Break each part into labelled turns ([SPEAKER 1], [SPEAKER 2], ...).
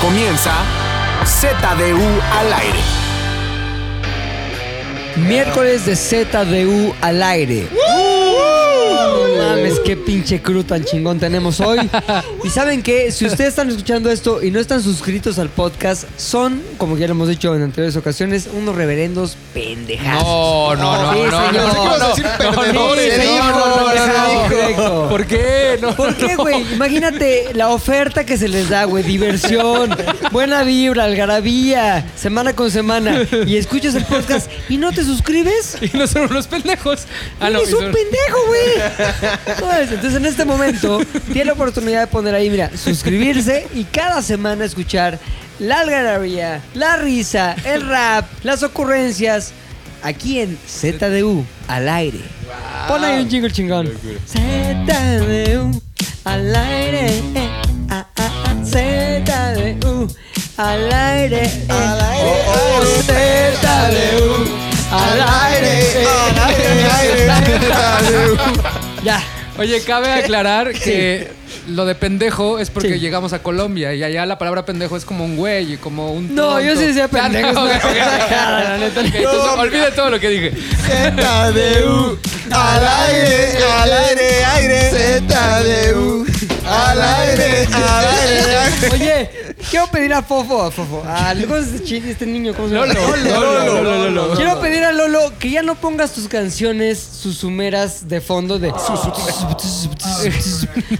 [SPEAKER 1] comienza ZDU al aire.
[SPEAKER 2] Miércoles de ZDU al aire. No mames, qué pinche crew tan chingón tenemos hoy. Y saben que si ustedes están escuchando esto y no están suscritos al podcast, son, como ya lo hemos dicho en anteriores ocasiones, unos reverendos pendejados.
[SPEAKER 3] No, no, no,
[SPEAKER 2] Sí,
[SPEAKER 3] no, no,
[SPEAKER 2] señor. Pensé que ibas
[SPEAKER 3] no,
[SPEAKER 2] a
[SPEAKER 3] no,
[SPEAKER 2] decir
[SPEAKER 3] no,
[SPEAKER 2] perdedores,
[SPEAKER 3] no,
[SPEAKER 2] ¿eh?
[SPEAKER 3] no,
[SPEAKER 2] No,
[SPEAKER 3] no,
[SPEAKER 2] no,
[SPEAKER 3] no.
[SPEAKER 2] correcto.
[SPEAKER 3] ¿Por qué? No,
[SPEAKER 2] ¿Por qué, güey? Imagínate la oferta que se les da, güey. Diversión, buena vibra, algarabía, semana con semana. Y escuchas el podcast y no te suscribes.
[SPEAKER 3] Y no son unos pendejos. Ah, no,
[SPEAKER 2] ¡Eres
[SPEAKER 3] y
[SPEAKER 2] un
[SPEAKER 3] son-
[SPEAKER 2] pendejo, güey! ¿Sabes? Entonces, en este momento, tiene la oportunidad de poner ahí, mira, suscribirse y cada semana escuchar la algarabía, la risa, el rap, las ocurrencias, aquí en ZDU, al aire. Pon ahí un jingle chingón. ZDU, al aire, eh, ah, ah, ah, ZDU, al aire, eh. Oh, oh, ZDU, al aire, eh, eh, ya.
[SPEAKER 3] Oye, cabe aclarar que lo de pendejo es porque
[SPEAKER 2] Sí.
[SPEAKER 3] llegamos a Colombia y allá la palabra pendejo es como un güey, y como un.
[SPEAKER 2] No,
[SPEAKER 3] tonto.
[SPEAKER 2] yo sí decía
[SPEAKER 3] Ah, no,
[SPEAKER 2] pendejo, es
[SPEAKER 3] ok,
[SPEAKER 2] una
[SPEAKER 3] ok.
[SPEAKER 2] pendejada, la neta.
[SPEAKER 3] Ok, entonces, olvida todo lo que dije.
[SPEAKER 4] ZDU, al aire, al aire, aire. ZDU, al aire, al aire, aire.
[SPEAKER 2] Oye, quiero pedir a Fofo, a Fofo. A ¿cómo se- chi- este niño, ¿cómo se llama?
[SPEAKER 3] Lolo, Lolo, Lolo, Lolo.
[SPEAKER 2] Quiero pedir a Lolo que ya no pongas tus canciones susumeras de fondo de...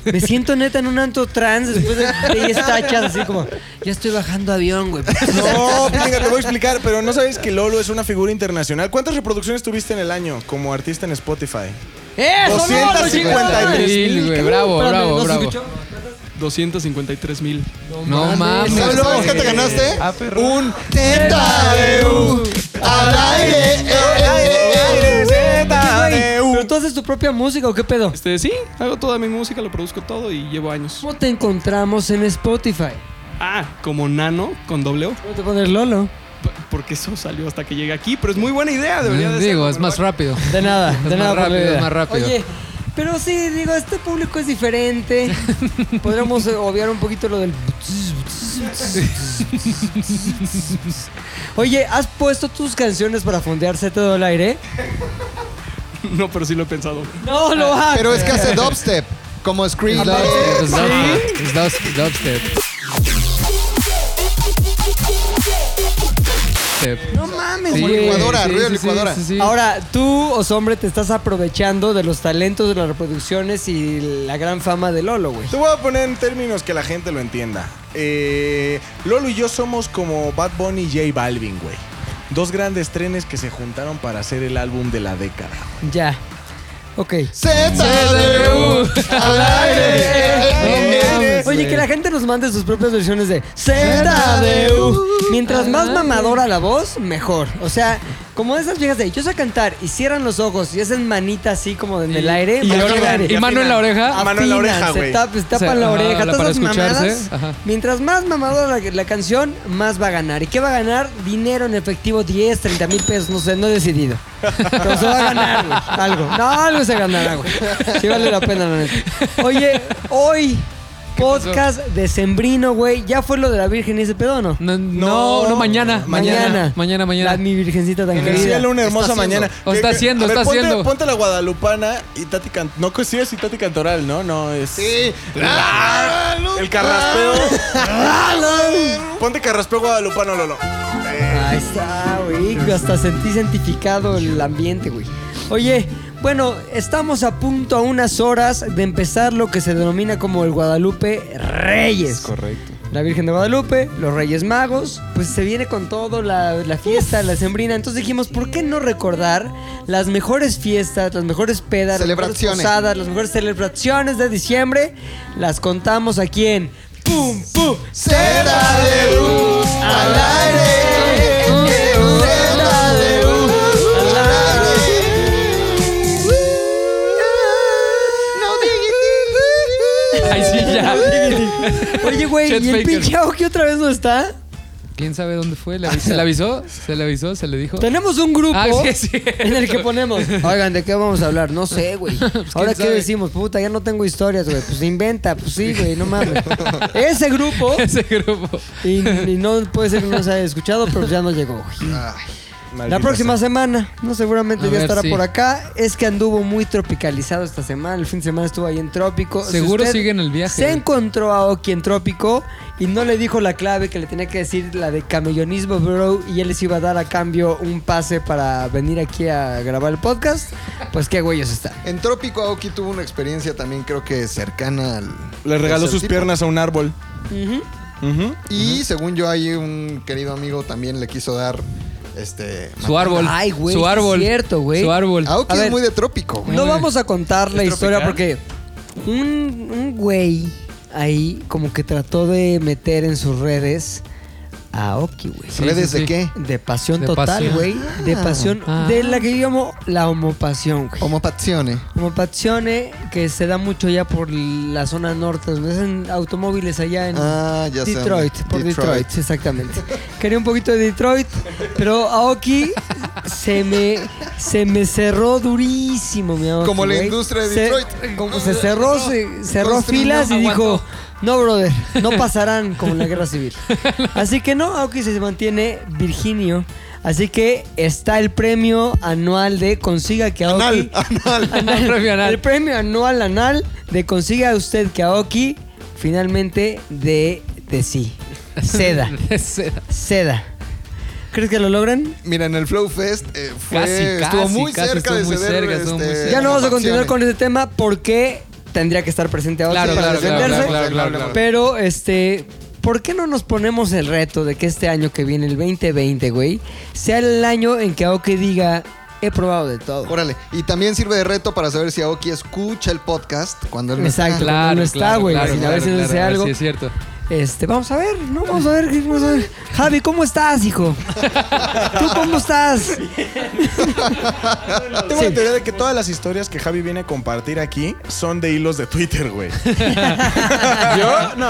[SPEAKER 2] Me siento neta en un anto trans después de 10 tachas, así como... Ya estoy bajando avión, güey.
[SPEAKER 4] No, pues venga, te voy a explicar, pero no sabes que Lolo es una figura internacional. ¿Cuántas reproducciones tuviste en el año como artista en Spotify?
[SPEAKER 2] ¡Eso, Lolo, ¡Eh, chingada!
[SPEAKER 4] 253.
[SPEAKER 3] Sí, güey, bravo,
[SPEAKER 2] Espérame,
[SPEAKER 3] bravo,
[SPEAKER 2] ¿no se
[SPEAKER 3] bravo.
[SPEAKER 2] escuchó?
[SPEAKER 5] 253 mil.
[SPEAKER 3] No mames.
[SPEAKER 4] ¿Sabes lo que te Ah,
[SPEAKER 3] güey.
[SPEAKER 4] ganaste? Un ZDU, al aire, eh, aire, aire,
[SPEAKER 2] Güey, ¿Pero
[SPEAKER 4] ZDU.
[SPEAKER 2] tú haces tu propia música o qué pedo?
[SPEAKER 5] Este, sí, hago toda mi música, lo produzco todo y llevo años.
[SPEAKER 2] ¿Cómo te encontramos en Spotify?
[SPEAKER 5] Ah, como nano con doble O, p-
[SPEAKER 2] ¿Cómo te pones Lolo?
[SPEAKER 5] porque eso salió hasta que llegué aquí, pero es muy buena idea, debería de
[SPEAKER 3] Digo,
[SPEAKER 5] ser.
[SPEAKER 3] es más rápido.
[SPEAKER 2] De nada, de
[SPEAKER 3] más
[SPEAKER 2] nada. por la
[SPEAKER 3] rápido, es
[SPEAKER 2] vida.
[SPEAKER 3] más rápido.
[SPEAKER 2] Oye, pero sí, digo, este público es diferente. Podríamos eh, obviar un poquito lo del... Oye, ¿has puesto tus canciones para fondear todo al aire?
[SPEAKER 5] No, pero sí lo he pensado.
[SPEAKER 2] No, lo hagas.
[SPEAKER 6] Pero es que hace dubstep, como Scream.
[SPEAKER 3] Es dubstep, es dubstep, es dubstep. Dubstep.
[SPEAKER 2] No mames,
[SPEAKER 3] Sí,
[SPEAKER 2] güey.
[SPEAKER 6] licuadora, ruido licuadora.
[SPEAKER 3] sí, sí.
[SPEAKER 2] Ahora, tú, Osombre, te estás aprovechando de los talentos de las reproducciones y la gran fama de Lolo, güey.
[SPEAKER 4] Te voy a poner en términos que la gente lo entienda. Eh, Lolo y yo somos como Bad Bunny y J Balvin, güey. Dos grandes trenes que se juntaron para hacer el álbum de la década.
[SPEAKER 2] Ya. Ok.
[SPEAKER 6] ZDU, al aire.
[SPEAKER 2] Oye, que la gente nos mande sus propias versiones de ZDU. Mientras más mamadora la voz, mejor. O sea, como esas viejas de yo sé cantar y cierran los ojos y hacen manita así como en el aire.
[SPEAKER 3] Y,
[SPEAKER 2] más
[SPEAKER 3] ahora-
[SPEAKER 2] que aire.
[SPEAKER 3] y mano en la oreja.
[SPEAKER 4] Ah, mano en la
[SPEAKER 2] Afinan,
[SPEAKER 4] oreja,
[SPEAKER 2] se
[SPEAKER 4] güey.
[SPEAKER 2] tap- se tapan
[SPEAKER 3] O sea,
[SPEAKER 2] la
[SPEAKER 3] ajá,
[SPEAKER 2] oreja,
[SPEAKER 3] la-
[SPEAKER 2] todas
[SPEAKER 3] para
[SPEAKER 2] esas
[SPEAKER 3] escucharse,
[SPEAKER 2] mamadas.
[SPEAKER 3] ajá.
[SPEAKER 2] Mientras más mamadora la, la canción, más va a ganar. ¿Y qué va a ganar? Dinero en efectivo, 10, 30 mil pesos, no sé, no he decidido. Pero se va a ganar, güey, algo. No, algo se ganará, güey. Sí vale la pena, la neta. Oye, hoy, podcast de Sembrino, güey. ¿Ya fue lo de la Virgen y ese pedo o no?
[SPEAKER 3] No, no, no, mañana.
[SPEAKER 2] Mañana.
[SPEAKER 3] Mañana,
[SPEAKER 2] La,
[SPEAKER 3] mañana.
[SPEAKER 2] mi virgencita tan
[SPEAKER 4] En el
[SPEAKER 2] querida.
[SPEAKER 4] cielo una hermosa mañana.
[SPEAKER 3] O está
[SPEAKER 4] Que- que-
[SPEAKER 3] haciendo,
[SPEAKER 4] a ver,
[SPEAKER 3] está
[SPEAKER 4] ponte,
[SPEAKER 3] haciendo.
[SPEAKER 4] Ponte la guadalupana y Tati Can- No, que sí es y Tati Cantoral, ¿no? No, es...
[SPEAKER 6] Sí.
[SPEAKER 4] El carraspeo. ponte carraspeo guadalupano, Lolo.
[SPEAKER 2] Ahí está, güey. Hasta sentí santificado el ambiente, güey. Oye, bueno, estamos a punto a unas horas de empezar lo que se denomina como el Guadalupe Reyes.
[SPEAKER 4] Correcto.
[SPEAKER 2] La Virgen de Guadalupe, los Reyes Magos, pues se viene con todo la, la fiesta, la sembrina. Entonces dijimos, ¿por qué no recordar las mejores fiestas, las mejores pedas, las mejores
[SPEAKER 6] Celebraciones.
[SPEAKER 2] posadas, las mejores celebraciones de diciembre? Las contamos aquí en Pum Pum
[SPEAKER 6] ZDU, al aire. ZDU, al aire. No digas.
[SPEAKER 3] Ay, sí, ya.
[SPEAKER 2] Oye, güey,
[SPEAKER 3] Chet
[SPEAKER 2] ¿y el
[SPEAKER 3] Baker.
[SPEAKER 2] pinche Aoki otra vez no está?
[SPEAKER 3] ¿Quién sabe dónde fue?
[SPEAKER 2] Ah,
[SPEAKER 3] ¿Le avi- ¿Se le avisó? ¿Se le avisó? ¿Se le dijo?
[SPEAKER 2] Tenemos un grupo
[SPEAKER 3] Ah, sí, sí.
[SPEAKER 2] en el que ponemos. Pues, Oigan, ¿de qué vamos a hablar? No sé, güey. Ahora, ¿qué
[SPEAKER 3] sabe?
[SPEAKER 2] decimos? Puta, ya no tengo historias, güey. Pues inventa, pues sí, güey, no mames. Ese grupo,
[SPEAKER 3] Ese grupo.
[SPEAKER 2] y, y no puede ser que no se haya escuchado, pero ya no llegó, güey. La
[SPEAKER 4] Maldita
[SPEAKER 2] próxima
[SPEAKER 4] sea.
[SPEAKER 2] semana, no seguramente
[SPEAKER 3] A
[SPEAKER 2] ya
[SPEAKER 3] ver,
[SPEAKER 2] estará
[SPEAKER 3] sí.
[SPEAKER 2] por acá. Es que anduvo muy tropicalizado esta semana. El fin de semana estuvo ahí en Trópico. Si
[SPEAKER 3] Seguro
[SPEAKER 2] usted
[SPEAKER 3] sigue en el viaje.
[SPEAKER 2] Se encontró a Oki en Trópico y no le dijo la clave que le tenía que decir, la de camellonismo, bro. Y él les iba a dar a cambio un pase para venir aquí a grabar el podcast. Pues qué güeyos están.
[SPEAKER 6] En Trópico Aoki tuvo una experiencia también creo que cercana al...
[SPEAKER 4] Le regaló
[SPEAKER 6] tercer
[SPEAKER 4] sus
[SPEAKER 6] tipo.
[SPEAKER 4] piernas a un árbol. Ujú.
[SPEAKER 6] Y según yo ahí un querido amigo también le quiso dar este...
[SPEAKER 3] Su árbol.
[SPEAKER 2] Ah, Ay, güey,
[SPEAKER 3] Su
[SPEAKER 2] sí es
[SPEAKER 3] árbol.
[SPEAKER 2] cierto, güey. Ah,
[SPEAKER 3] Su árbol.
[SPEAKER 6] Aoki
[SPEAKER 2] A
[SPEAKER 6] es
[SPEAKER 2] ver.
[SPEAKER 6] muy de Trópico, güey.
[SPEAKER 2] No vamos a contar la
[SPEAKER 5] ¿Es
[SPEAKER 2] historia porque
[SPEAKER 5] tropical?
[SPEAKER 2] un, un güey ahí como que trató de meter en sus redes a Oki, güey.
[SPEAKER 3] Sí,
[SPEAKER 6] ¿Redes
[SPEAKER 3] sí,
[SPEAKER 6] de
[SPEAKER 3] sí.
[SPEAKER 6] qué?
[SPEAKER 2] De pasión
[SPEAKER 3] De
[SPEAKER 2] total,
[SPEAKER 3] pasión.
[SPEAKER 2] güey. De pasión.
[SPEAKER 3] Ah.
[SPEAKER 2] De la que yo llamo la homopasión, güey.
[SPEAKER 6] Homopazione.
[SPEAKER 2] Homopasione que se da mucho ya por la zona norte, donde hacen automóviles allá en
[SPEAKER 6] Ah, ya sé.
[SPEAKER 2] Detroit. Por Detroit. exactamente. Quería un poquito de Detroit, pero Aoki se me, se me cerró durísimo, mi Aoki.
[SPEAKER 6] Como la
[SPEAKER 2] güey.
[SPEAKER 6] industria de
[SPEAKER 2] Se-
[SPEAKER 6] Detroit.
[SPEAKER 2] como se cerró, se- cerró
[SPEAKER 6] Construyó,
[SPEAKER 2] filas y
[SPEAKER 3] aguantó.
[SPEAKER 2] dijo, no, brother, no pasarán como en la guerra civil. Así que no, Aoki se mantiene virginio. Así que está el premio anual de Consiga que Aoki...
[SPEAKER 6] Anal, anal.
[SPEAKER 2] Anal.
[SPEAKER 3] El premio anal.
[SPEAKER 2] El premio anual anal de consiga usted que Aoki finalmente de, de sí. Seda,
[SPEAKER 3] Ese-
[SPEAKER 2] seda. ¿Crees que lo logran?
[SPEAKER 6] Mira, en el Flow Fest eh, fue,
[SPEAKER 3] Casi,
[SPEAKER 6] estuvo
[SPEAKER 3] casi,
[SPEAKER 6] muy
[SPEAKER 3] casi,
[SPEAKER 6] cerca de
[SPEAKER 3] estuvo muy
[SPEAKER 6] ceder.
[SPEAKER 3] cerca, estuvo muy
[SPEAKER 6] este,
[SPEAKER 3] cerca.
[SPEAKER 2] Ya no vamos a continuar
[SPEAKER 6] Homopazione.
[SPEAKER 2] con este tema porque tendría que estar presente Aoki
[SPEAKER 3] Claro,
[SPEAKER 2] para
[SPEAKER 3] claro, claro,
[SPEAKER 2] defenderse.
[SPEAKER 3] claro, claro, claro.
[SPEAKER 2] Pero, este, ¿por qué no nos ponemos el reto de que este año que viene, el 2020, güey, sea el año en que Aoki diga, he probado de todo?
[SPEAKER 6] Órale, y también sirve de reto para saber si Aoki escucha el podcast cuando él no está.
[SPEAKER 2] Exacto,
[SPEAKER 3] Claro,
[SPEAKER 2] Ah, no está,
[SPEAKER 3] claro,
[SPEAKER 2] güey.
[SPEAKER 3] claro,
[SPEAKER 2] sin
[SPEAKER 3] claro,
[SPEAKER 2] haber sido
[SPEAKER 3] claro,
[SPEAKER 2] ese
[SPEAKER 3] a ver
[SPEAKER 2] algo.
[SPEAKER 3] si es cierto.
[SPEAKER 2] Este, vamos a ver, no, vamos a ver, vamos a ver. Javi, ¿cómo estás, hijo? ¿Tú cómo estás?
[SPEAKER 4] Tengo
[SPEAKER 2] Sí.
[SPEAKER 4] la teoría de que todas las historias que Javi viene a compartir aquí son de hilos de Twitter, güey. Yo no.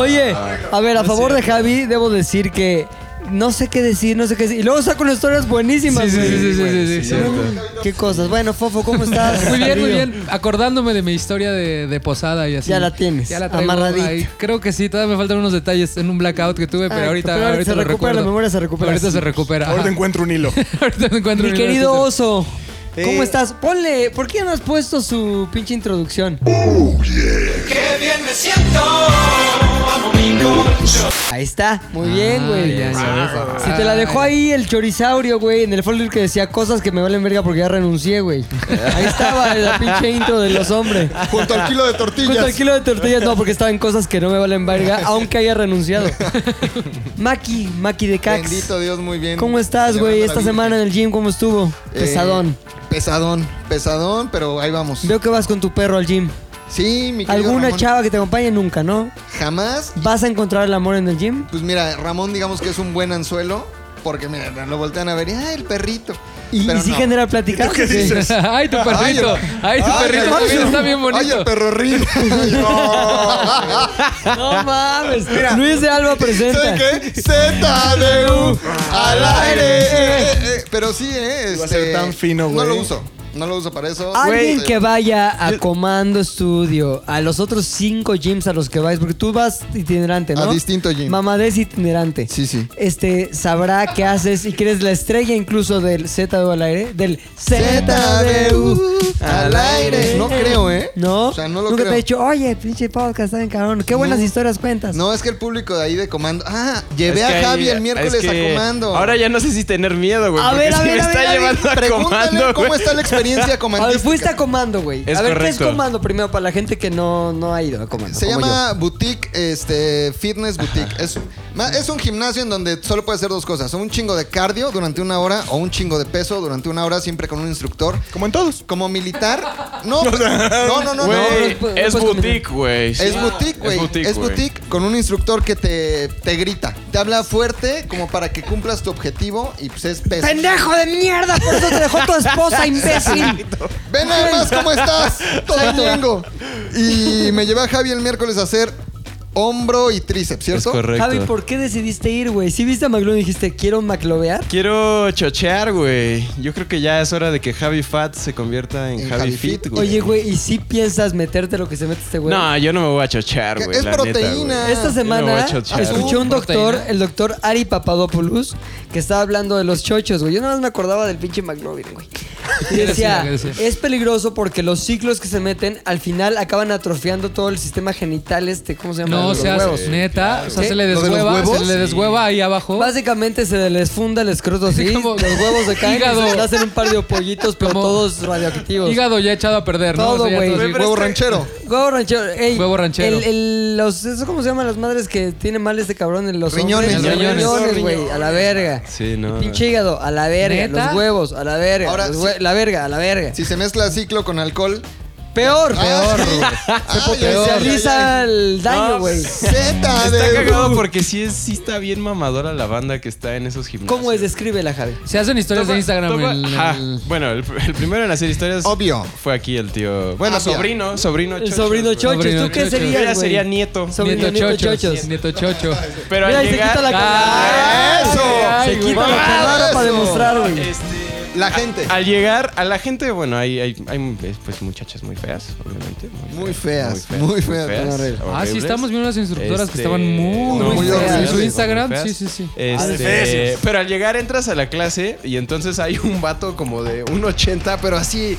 [SPEAKER 2] Oye, a ver, a favor de Javi, debo decir que no sé qué decir, no sé qué decir. Y luego saco unas historias buenísimas.
[SPEAKER 3] Sí, sí,
[SPEAKER 2] güey.
[SPEAKER 3] sí, sí, sí, sí, sí, cierto.
[SPEAKER 2] ¿Qué cosas? Bueno, Fofo, ¿cómo estás?
[SPEAKER 3] Muy bien, muy
[SPEAKER 2] Querido.
[SPEAKER 3] bien. Acordándome de mi historia de, de posada y así.
[SPEAKER 2] Ya la tienes,
[SPEAKER 3] Ya la traigo
[SPEAKER 2] amarradita.
[SPEAKER 3] ahí. Creo que sí, todavía me faltan unos detalles en un blackout que tuve, pero
[SPEAKER 2] Ah,
[SPEAKER 3] ahorita,
[SPEAKER 2] pero
[SPEAKER 3] ahorita
[SPEAKER 2] se recupera,
[SPEAKER 3] lo
[SPEAKER 2] la
[SPEAKER 3] recuerdo.
[SPEAKER 2] memoria se recupera,
[SPEAKER 3] Ahorita
[SPEAKER 2] sí.
[SPEAKER 3] se recupera.
[SPEAKER 4] Ahora te
[SPEAKER 3] ajá.
[SPEAKER 4] encuentro un hilo.
[SPEAKER 3] Ahorita me encuentro
[SPEAKER 2] Mi
[SPEAKER 3] en el
[SPEAKER 2] querido
[SPEAKER 3] Twitter.
[SPEAKER 2] oso, ¿cómo
[SPEAKER 4] Eh.
[SPEAKER 2] estás? Ponle, ¿por qué no has puesto su pinche introducción? Ahí está, muy bien,
[SPEAKER 3] Ah,
[SPEAKER 2] güey.
[SPEAKER 3] ya
[SPEAKER 2] Ah.
[SPEAKER 3] sabes.
[SPEAKER 2] Si te la dejó ahí el chorizaurio, güey, en el folder que decía cosas que me valen verga porque ya renuncié, güey. Ahí estaba la pinche intro de los hombres.
[SPEAKER 6] Junto al kilo de tortillas.
[SPEAKER 2] Junto al kilo de tortillas, no, porque estaba en cosas que no me valen verga, aunque haya renunciado. Maki, Maki de Cax.
[SPEAKER 6] Bendito Dios, muy bien.
[SPEAKER 2] ¿Cómo estás, güey?
[SPEAKER 6] Llevando la
[SPEAKER 2] Esta
[SPEAKER 6] vida.
[SPEAKER 2] semana en el gym, ¿cómo estuvo?
[SPEAKER 6] Eh,
[SPEAKER 2] Pesadón.
[SPEAKER 6] Pesadón, pesadón, pero ahí vamos.
[SPEAKER 2] Veo que vas con tu perro al gym.
[SPEAKER 6] Sí, mi querido
[SPEAKER 2] ¿Alguna
[SPEAKER 6] Ramón,
[SPEAKER 2] chava que te acompañe? Nunca, ¿no?
[SPEAKER 6] Jamás.
[SPEAKER 2] ¿Vas a encontrar el amor en el gym?
[SPEAKER 6] Pues mira, Ramón digamos que es un buen anzuelo, porque mira, lo voltean a ver y, ah, el perrito.
[SPEAKER 2] ¿Y,
[SPEAKER 6] Pero
[SPEAKER 2] y sí
[SPEAKER 6] no.
[SPEAKER 2] genera plática?
[SPEAKER 4] ¿Tú qué
[SPEAKER 2] ¿o qué?
[SPEAKER 4] dices?
[SPEAKER 3] Ay, tu perrito. Ay, tu perrito
[SPEAKER 6] el-
[SPEAKER 3] también está bien
[SPEAKER 6] Ay, el
[SPEAKER 3] bonito.
[SPEAKER 6] perro río.
[SPEAKER 2] No mames. Luis de Alba presenta.
[SPEAKER 6] ¿Sabe qué? ZDU al aire. Eh, eh, eh. Pero sí, ¿eh?
[SPEAKER 4] Iba a
[SPEAKER 6] este,
[SPEAKER 4] ser tan fino, güey.
[SPEAKER 6] No lo uso. No lo uso para eso.
[SPEAKER 2] Alguien
[SPEAKER 6] Eh,
[SPEAKER 2] que vaya a Comando Estudio, a los otros cinco gyms a los que vais, porque tú vas itinerante, ¿no?
[SPEAKER 6] A distinto gym.
[SPEAKER 2] Mamadés itinerante.
[SPEAKER 6] Sí, sí.
[SPEAKER 2] Este sabrá qué haces y que eres la estrella incluso del ZDU al aire, del ZDU
[SPEAKER 6] al aire. No creo, ¿eh?
[SPEAKER 2] ¿No?
[SPEAKER 6] O sea, no lo
[SPEAKER 2] Nunca te
[SPEAKER 6] creo.
[SPEAKER 2] he dicho, oye, pinche podcast, ¿saben, cabrón? Qué buenas
[SPEAKER 6] No.
[SPEAKER 2] historias cuentas.
[SPEAKER 6] No, es que el público de ahí de comando. Ah, llevé
[SPEAKER 5] Es que
[SPEAKER 6] a
[SPEAKER 5] ahí-
[SPEAKER 6] Javi el miércoles
[SPEAKER 5] es que
[SPEAKER 6] a comando.
[SPEAKER 5] Ahora ya no sé si tener miedo, güey.
[SPEAKER 2] A
[SPEAKER 5] porque
[SPEAKER 2] ver, a
[SPEAKER 5] si
[SPEAKER 2] ver,
[SPEAKER 5] me
[SPEAKER 2] a ver,
[SPEAKER 5] está
[SPEAKER 2] a ver,
[SPEAKER 5] llevando a
[SPEAKER 6] Pregúntale
[SPEAKER 5] comando,
[SPEAKER 6] cómo
[SPEAKER 5] güey.
[SPEAKER 6] está la experiencia
[SPEAKER 2] A ver, fuiste
[SPEAKER 6] comandística.
[SPEAKER 2] a comando, güey.
[SPEAKER 5] Es
[SPEAKER 2] a ver, ¿qué es
[SPEAKER 5] correcto.
[SPEAKER 2] comando primero para la gente que no, no ha ido a comando?
[SPEAKER 6] Se
[SPEAKER 2] como
[SPEAKER 6] llama Boutique este, Fitness Boutique. Es, ma- es un gimnasio en donde solo puede hacer dos cosas: un chingo de cardio durante una hora o un chingo de peso durante una hora, siempre con un instructor.
[SPEAKER 4] Como en todos.
[SPEAKER 6] Como militar. No, no, no, no. no.
[SPEAKER 5] Güey,
[SPEAKER 2] no, no puedes
[SPEAKER 5] es
[SPEAKER 2] caminar.
[SPEAKER 5] boutique, güey.
[SPEAKER 6] Es boutique, güey. Es boutique,
[SPEAKER 5] güey.
[SPEAKER 6] con un instructor que te, te grita. Te habla fuerte como para que cumplas tu objetivo y pues es peso.
[SPEAKER 2] ¡Pendejo de mierda! Por eso te dejó tu esposa, imbécil.
[SPEAKER 6] Ven además cómo estás, todo tengo. Y me llevé a Javi el miércoles a hacer hombro y tríceps,
[SPEAKER 7] Es
[SPEAKER 6] ¿cierto?
[SPEAKER 7] correcto.
[SPEAKER 2] Javi, ¿por qué decidiste ir, güey? Si viste a McLuhan y dijiste, quiero maclovear.
[SPEAKER 7] Quiero chochear, güey. Yo creo que ya es hora de que Javi Fat se convierta en,
[SPEAKER 6] En
[SPEAKER 7] Javi,
[SPEAKER 6] Javi
[SPEAKER 7] Fit,
[SPEAKER 6] Fit.
[SPEAKER 7] güey.
[SPEAKER 2] Oye, güey, ¿y si piensas meterte lo que se mete este güey?
[SPEAKER 7] No, yo no me voy a chochear,
[SPEAKER 6] Que
[SPEAKER 7] güey.
[SPEAKER 6] es
[SPEAKER 7] la neta,
[SPEAKER 6] proteína.
[SPEAKER 2] Esta
[SPEAKER 7] güey.
[SPEAKER 6] Ah,
[SPEAKER 7] yo no
[SPEAKER 2] semana
[SPEAKER 7] voy a chochar.
[SPEAKER 2] escuché a un
[SPEAKER 3] Uh,
[SPEAKER 2] doctor,
[SPEAKER 3] proteína.
[SPEAKER 2] el doctor Ari Papadopoulos, que estaba hablando de los chochos, güey. Yo nada más me acordaba del pinche McLovin, güey. Y
[SPEAKER 3] ¿Qué
[SPEAKER 2] decía,
[SPEAKER 3] decía? ¿Qué decía?
[SPEAKER 2] es peligroso porque los ciclos que se meten al final acaban atrofiando todo el sistema genital este, ¿cómo se llama?
[SPEAKER 3] No
[SPEAKER 2] Los
[SPEAKER 3] seas
[SPEAKER 2] huevos.
[SPEAKER 3] neta, o sea,
[SPEAKER 2] ¿Sí?
[SPEAKER 3] se le
[SPEAKER 6] ¿Lo de los
[SPEAKER 3] deshueva, se
[SPEAKER 6] huevos?
[SPEAKER 3] le deshueva ahí abajo.
[SPEAKER 2] Básicamente se les funda el escroto así,
[SPEAKER 3] Como-
[SPEAKER 2] los huevos se caen
[SPEAKER 3] Hígado.
[SPEAKER 2] y se les hacen un par de pollitos, pero
[SPEAKER 3] Como-
[SPEAKER 2] todos radioactivos.
[SPEAKER 3] Hígado ya echado a perder, ¿no?
[SPEAKER 2] Todo,
[SPEAKER 3] O sea, ya
[SPEAKER 2] güey.
[SPEAKER 3] así.
[SPEAKER 6] Huevo ranchero.
[SPEAKER 2] Huevo ranchero. ey,
[SPEAKER 3] Huevo ranchero.
[SPEAKER 2] El, el- los, ¿eso ¿Cómo se llaman las madres que tiene mal este cabrón en los
[SPEAKER 6] Riñones.
[SPEAKER 2] hombres? Los
[SPEAKER 7] Riñones.
[SPEAKER 2] riñones, güey. A la verga.
[SPEAKER 7] Sí, no.
[SPEAKER 2] Pinche hígado, a la verga.
[SPEAKER 3] ¿Neta?
[SPEAKER 2] Los huevos, a la verga.
[SPEAKER 6] Ahora,
[SPEAKER 2] los hue- La verga, a la verga.
[SPEAKER 6] Si se mezcla ciclo con alcohol,
[SPEAKER 2] Peor.
[SPEAKER 6] Ah, sí. Ay, ay, ay, ay, ay.
[SPEAKER 2] Potencializa el daño,
[SPEAKER 7] No,
[SPEAKER 2] güey.
[SPEAKER 6] Zeta
[SPEAKER 7] Está
[SPEAKER 6] de-
[SPEAKER 7] cagado porque sí, es, sí está bien mamadora la banda que está en esos gimnasios.
[SPEAKER 2] ¿Cómo es? Descríbela, Javi.
[SPEAKER 3] Se hacen historias
[SPEAKER 7] Toma-
[SPEAKER 3] de Instagram.
[SPEAKER 7] toma-
[SPEAKER 3] el-
[SPEAKER 7] Ajá.
[SPEAKER 3] el-
[SPEAKER 7] Bueno, el, el primero en hacer historias
[SPEAKER 6] Obvio.
[SPEAKER 7] fue aquí el tío. Bueno,
[SPEAKER 6] Obvio.
[SPEAKER 7] sobrino, sobrino.
[SPEAKER 2] El
[SPEAKER 7] chocho,
[SPEAKER 2] sobrino
[SPEAKER 7] güey.
[SPEAKER 2] Chocho.
[SPEAKER 3] Sobrino
[SPEAKER 2] ¿Tú qué
[SPEAKER 3] chocho.
[SPEAKER 7] Yo
[SPEAKER 2] serías,
[SPEAKER 7] ya
[SPEAKER 2] güey?
[SPEAKER 7] sería nieto.
[SPEAKER 2] Sobrino
[SPEAKER 3] Nieto
[SPEAKER 2] nieto chochos.
[SPEAKER 3] chochos. Nieto chocho.
[SPEAKER 7] Pero
[SPEAKER 2] Mira,
[SPEAKER 7] al
[SPEAKER 2] y se
[SPEAKER 7] llegar.
[SPEAKER 2] quita la
[SPEAKER 7] ¡Ah!
[SPEAKER 2] cara.
[SPEAKER 6] ¡Eso! Ah,
[SPEAKER 2] Se
[SPEAKER 3] Ay,
[SPEAKER 2] quita
[SPEAKER 3] güey.
[SPEAKER 2] la cara para
[SPEAKER 6] Eso.
[SPEAKER 2] demostrar, güey.
[SPEAKER 7] Este,
[SPEAKER 6] La gente.
[SPEAKER 7] Al llegar a la gente, bueno, hay, hay, hay, eh, pues muchachas muy feas, obviamente.
[SPEAKER 6] Muy feas, muy feas, tan horrible.
[SPEAKER 3] Ah, sí, estamos viendo unas instructoras que
[SPEAKER 7] Este,
[SPEAKER 3] estaban muy,
[SPEAKER 7] no,
[SPEAKER 6] muy
[SPEAKER 3] feas.
[SPEAKER 6] horribles,
[SPEAKER 3] En su
[SPEAKER 6] muy
[SPEAKER 3] Instagram,
[SPEAKER 7] feas.
[SPEAKER 3] sí, sí, sí.
[SPEAKER 7] Este, pero al llegar entras a la clase y entonces hay un vato como de 1.80, pero así.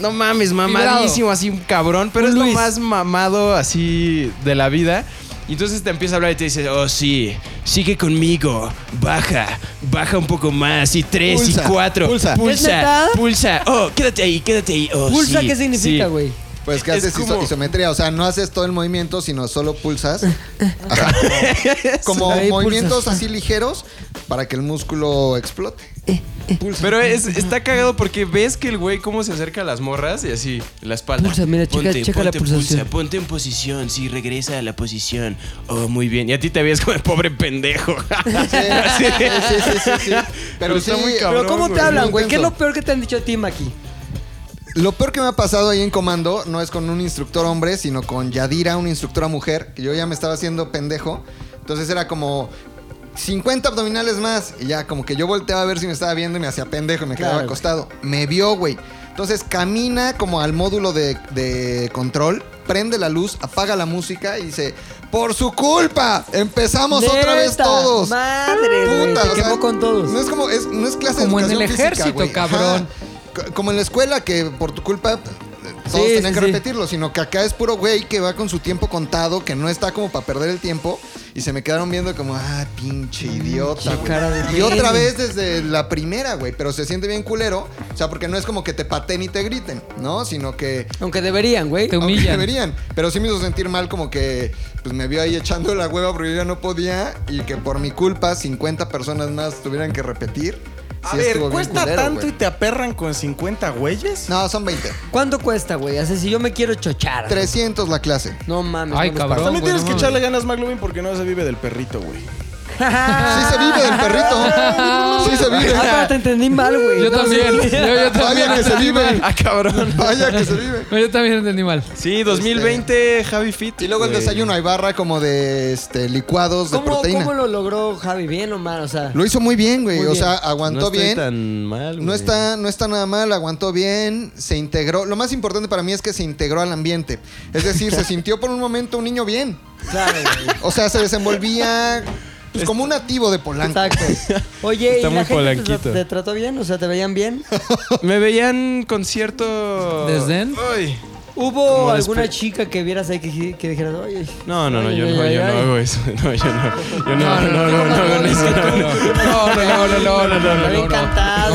[SPEAKER 7] No mames, mamadísimo, así un cabrón, pero
[SPEAKER 2] Un
[SPEAKER 7] es lo
[SPEAKER 2] Luis.
[SPEAKER 7] más mamado así de la vida. Y entonces te empieza a hablar y te dice, oh sí, sigue conmigo, baja, baja un poco más, y tres,
[SPEAKER 6] Pulsa,
[SPEAKER 7] y cuatro,
[SPEAKER 6] pulsa.
[SPEAKER 2] ¿Es neta?
[SPEAKER 7] pulsa, pulsa, oh, quédate ahí, quédate ahí, oh,
[SPEAKER 2] ¿Pulsa
[SPEAKER 7] sí,
[SPEAKER 2] qué significa,
[SPEAKER 7] sí".
[SPEAKER 2] güey?
[SPEAKER 6] Pues que
[SPEAKER 7] Es
[SPEAKER 6] haces iso-
[SPEAKER 7] como-
[SPEAKER 6] isometría, o sea, no haces todo el movimiento, sino solo pulsas. Ajá. Como
[SPEAKER 2] Ahí
[SPEAKER 6] movimientos
[SPEAKER 2] pulsas.
[SPEAKER 6] así ligeros para que el músculo explote.
[SPEAKER 7] Pero es- está cagado porque ves que el güey cómo se acerca a las morras y así, la espalda.
[SPEAKER 2] Pulsa, mira, checa- checa la pulsación.
[SPEAKER 7] Pulsa, ponte en posición, sí, regresa a la posición. Oh, muy bien. Y a ti te ves como el pobre pendejo.
[SPEAKER 6] Sí, sí, sí, sí, sí, sí. Pero sí,
[SPEAKER 2] Pero ¿cómo te
[SPEAKER 6] güey.
[SPEAKER 2] hablan,
[SPEAKER 6] Muy
[SPEAKER 2] güey? ¿Qué es
[SPEAKER 6] intenso.
[SPEAKER 2] lo peor que te han dicho a ti, Maki?
[SPEAKER 6] Lo peor que me ha pasado ahí en comando no es con un instructor hombre, sino con Yadira, una instructora mujer, que yo ya me estaba haciendo pendejo. Entonces era como 50 abdominales más. Y ya como que yo volteaba a ver si me estaba viendo y me hacía pendejo y me quedaba
[SPEAKER 2] Claro.
[SPEAKER 6] acostado. Me vio, güey. Entonces camina como al módulo de, de control, prende la luz, apaga la música y dice, por su culpa, empezamos otra vez
[SPEAKER 2] ¡Neta!
[SPEAKER 6] todos.
[SPEAKER 2] Madre, güey.
[SPEAKER 6] Puta,
[SPEAKER 2] Te
[SPEAKER 6] o sea,
[SPEAKER 2] quemó con todos.
[SPEAKER 6] No es como, es, no es clase
[SPEAKER 3] Como
[SPEAKER 6] de
[SPEAKER 3] en
[SPEAKER 6] educación
[SPEAKER 3] el
[SPEAKER 6] física,
[SPEAKER 3] ejército,
[SPEAKER 6] güey. Ajá.
[SPEAKER 3] cabrón.
[SPEAKER 6] C- Como en la escuela, que por tu culpa eh, todos
[SPEAKER 2] Sí,
[SPEAKER 6] tenían
[SPEAKER 2] sí,
[SPEAKER 6] que
[SPEAKER 2] sí.
[SPEAKER 6] repetirlo, sino que acá es puro güey que va con su tiempo contado, que no está como para perder el tiempo, y se me quedaron viendo como, ah, pinche idiota, güey.
[SPEAKER 2] Mm, cara de
[SPEAKER 6] Y
[SPEAKER 2] pene.
[SPEAKER 6] otra vez desde la primera, güey, pero se siente bien culero, o sea, porque no es como que te paten y te griten, ¿no? Sino que...
[SPEAKER 2] Aunque deberían, güey.
[SPEAKER 3] Te
[SPEAKER 6] aunque
[SPEAKER 3] humillan.
[SPEAKER 6] deberían, pero sí me hizo sentir mal como que pues me vio ahí echando la hueva porque yo ya no podía y que por mi culpa 50 personas más tuvieran que repetir.
[SPEAKER 4] A
[SPEAKER 6] Sí
[SPEAKER 4] ver,
[SPEAKER 6] estuvo bien
[SPEAKER 4] cuesta
[SPEAKER 6] culero,
[SPEAKER 4] tanto y
[SPEAKER 6] güey.
[SPEAKER 4] te aperran con 50 güeyes.
[SPEAKER 6] No, son 20.
[SPEAKER 2] ¿Cuánto cuesta, güey? Así si yo me quiero chochar.
[SPEAKER 6] 300 la clase.
[SPEAKER 2] No mames.
[SPEAKER 3] Ay,
[SPEAKER 2] no nos
[SPEAKER 3] cabrón.
[SPEAKER 4] También
[SPEAKER 3] güey,
[SPEAKER 4] tienes
[SPEAKER 3] no
[SPEAKER 4] que
[SPEAKER 3] mames.
[SPEAKER 4] echarle ganas, McLovin, porque no se vive del perrito, güey.
[SPEAKER 6] Sí se vive del perrito. Sí se vive.
[SPEAKER 2] Ah, pero te entendí mal, güey.
[SPEAKER 3] Yo
[SPEAKER 2] No,
[SPEAKER 3] también. Yo,
[SPEAKER 2] sí.
[SPEAKER 3] yo también.
[SPEAKER 6] Vaya que se
[SPEAKER 3] entendí
[SPEAKER 6] vive.
[SPEAKER 3] mal.
[SPEAKER 7] ah, cabrón.
[SPEAKER 6] Vaya que se vive.
[SPEAKER 3] No, yo también entendí mal.
[SPEAKER 7] Sí, 2020, Javi Fit.
[SPEAKER 6] Este, Y luego el
[SPEAKER 7] güey.
[SPEAKER 6] desayuno hay barra como de este, licuados de
[SPEAKER 2] ¿Cómo,
[SPEAKER 6] proteína.
[SPEAKER 2] ¿Cómo
[SPEAKER 6] lo...
[SPEAKER 2] lo logró Javi? ¿Bien o mal? O sea,
[SPEAKER 6] hizo muy bien, güey.
[SPEAKER 2] Muy
[SPEAKER 6] O
[SPEAKER 2] bien.
[SPEAKER 6] sea,
[SPEAKER 7] No
[SPEAKER 6] aguantó
[SPEAKER 7] estoy
[SPEAKER 6] bien.
[SPEAKER 7] tan mal,
[SPEAKER 6] No
[SPEAKER 7] güey.
[SPEAKER 6] está, no está nada mal, aguantó bien, se integró. Lo más importante para mí es que se integró al ambiente. Es decir, se sintió por un momento un niño bien.
[SPEAKER 2] claro, güey.
[SPEAKER 6] O sea, se desenvolvía pues, como un nativo de Polanco.
[SPEAKER 2] Exacto. Oye,
[SPEAKER 7] Está
[SPEAKER 2] ¿y
[SPEAKER 7] muy
[SPEAKER 2] la gente te,
[SPEAKER 7] polanquito.
[SPEAKER 2] te trató bien? O sea, ¿te veían bien?
[SPEAKER 7] Me veían concierto.
[SPEAKER 3] ¿Desdén?
[SPEAKER 7] Ay.
[SPEAKER 2] ¿Hubo
[SPEAKER 7] Como
[SPEAKER 2] alguna
[SPEAKER 7] despe-
[SPEAKER 2] chica que vieras ahí que, que dijeras, oye...
[SPEAKER 7] No, no, no,
[SPEAKER 2] ay,
[SPEAKER 7] yo
[SPEAKER 2] ay,
[SPEAKER 7] no,
[SPEAKER 2] ay,
[SPEAKER 7] yo no
[SPEAKER 2] ay"?
[SPEAKER 7] hago eso. No, yo no. Yo no, no, no, no, no,
[SPEAKER 2] no,
[SPEAKER 7] hago
[SPEAKER 2] no,
[SPEAKER 7] eso, no, no.
[SPEAKER 3] No, no, no, no, no, no, no,
[SPEAKER 2] Me
[SPEAKER 3] no, no.
[SPEAKER 2] encantado.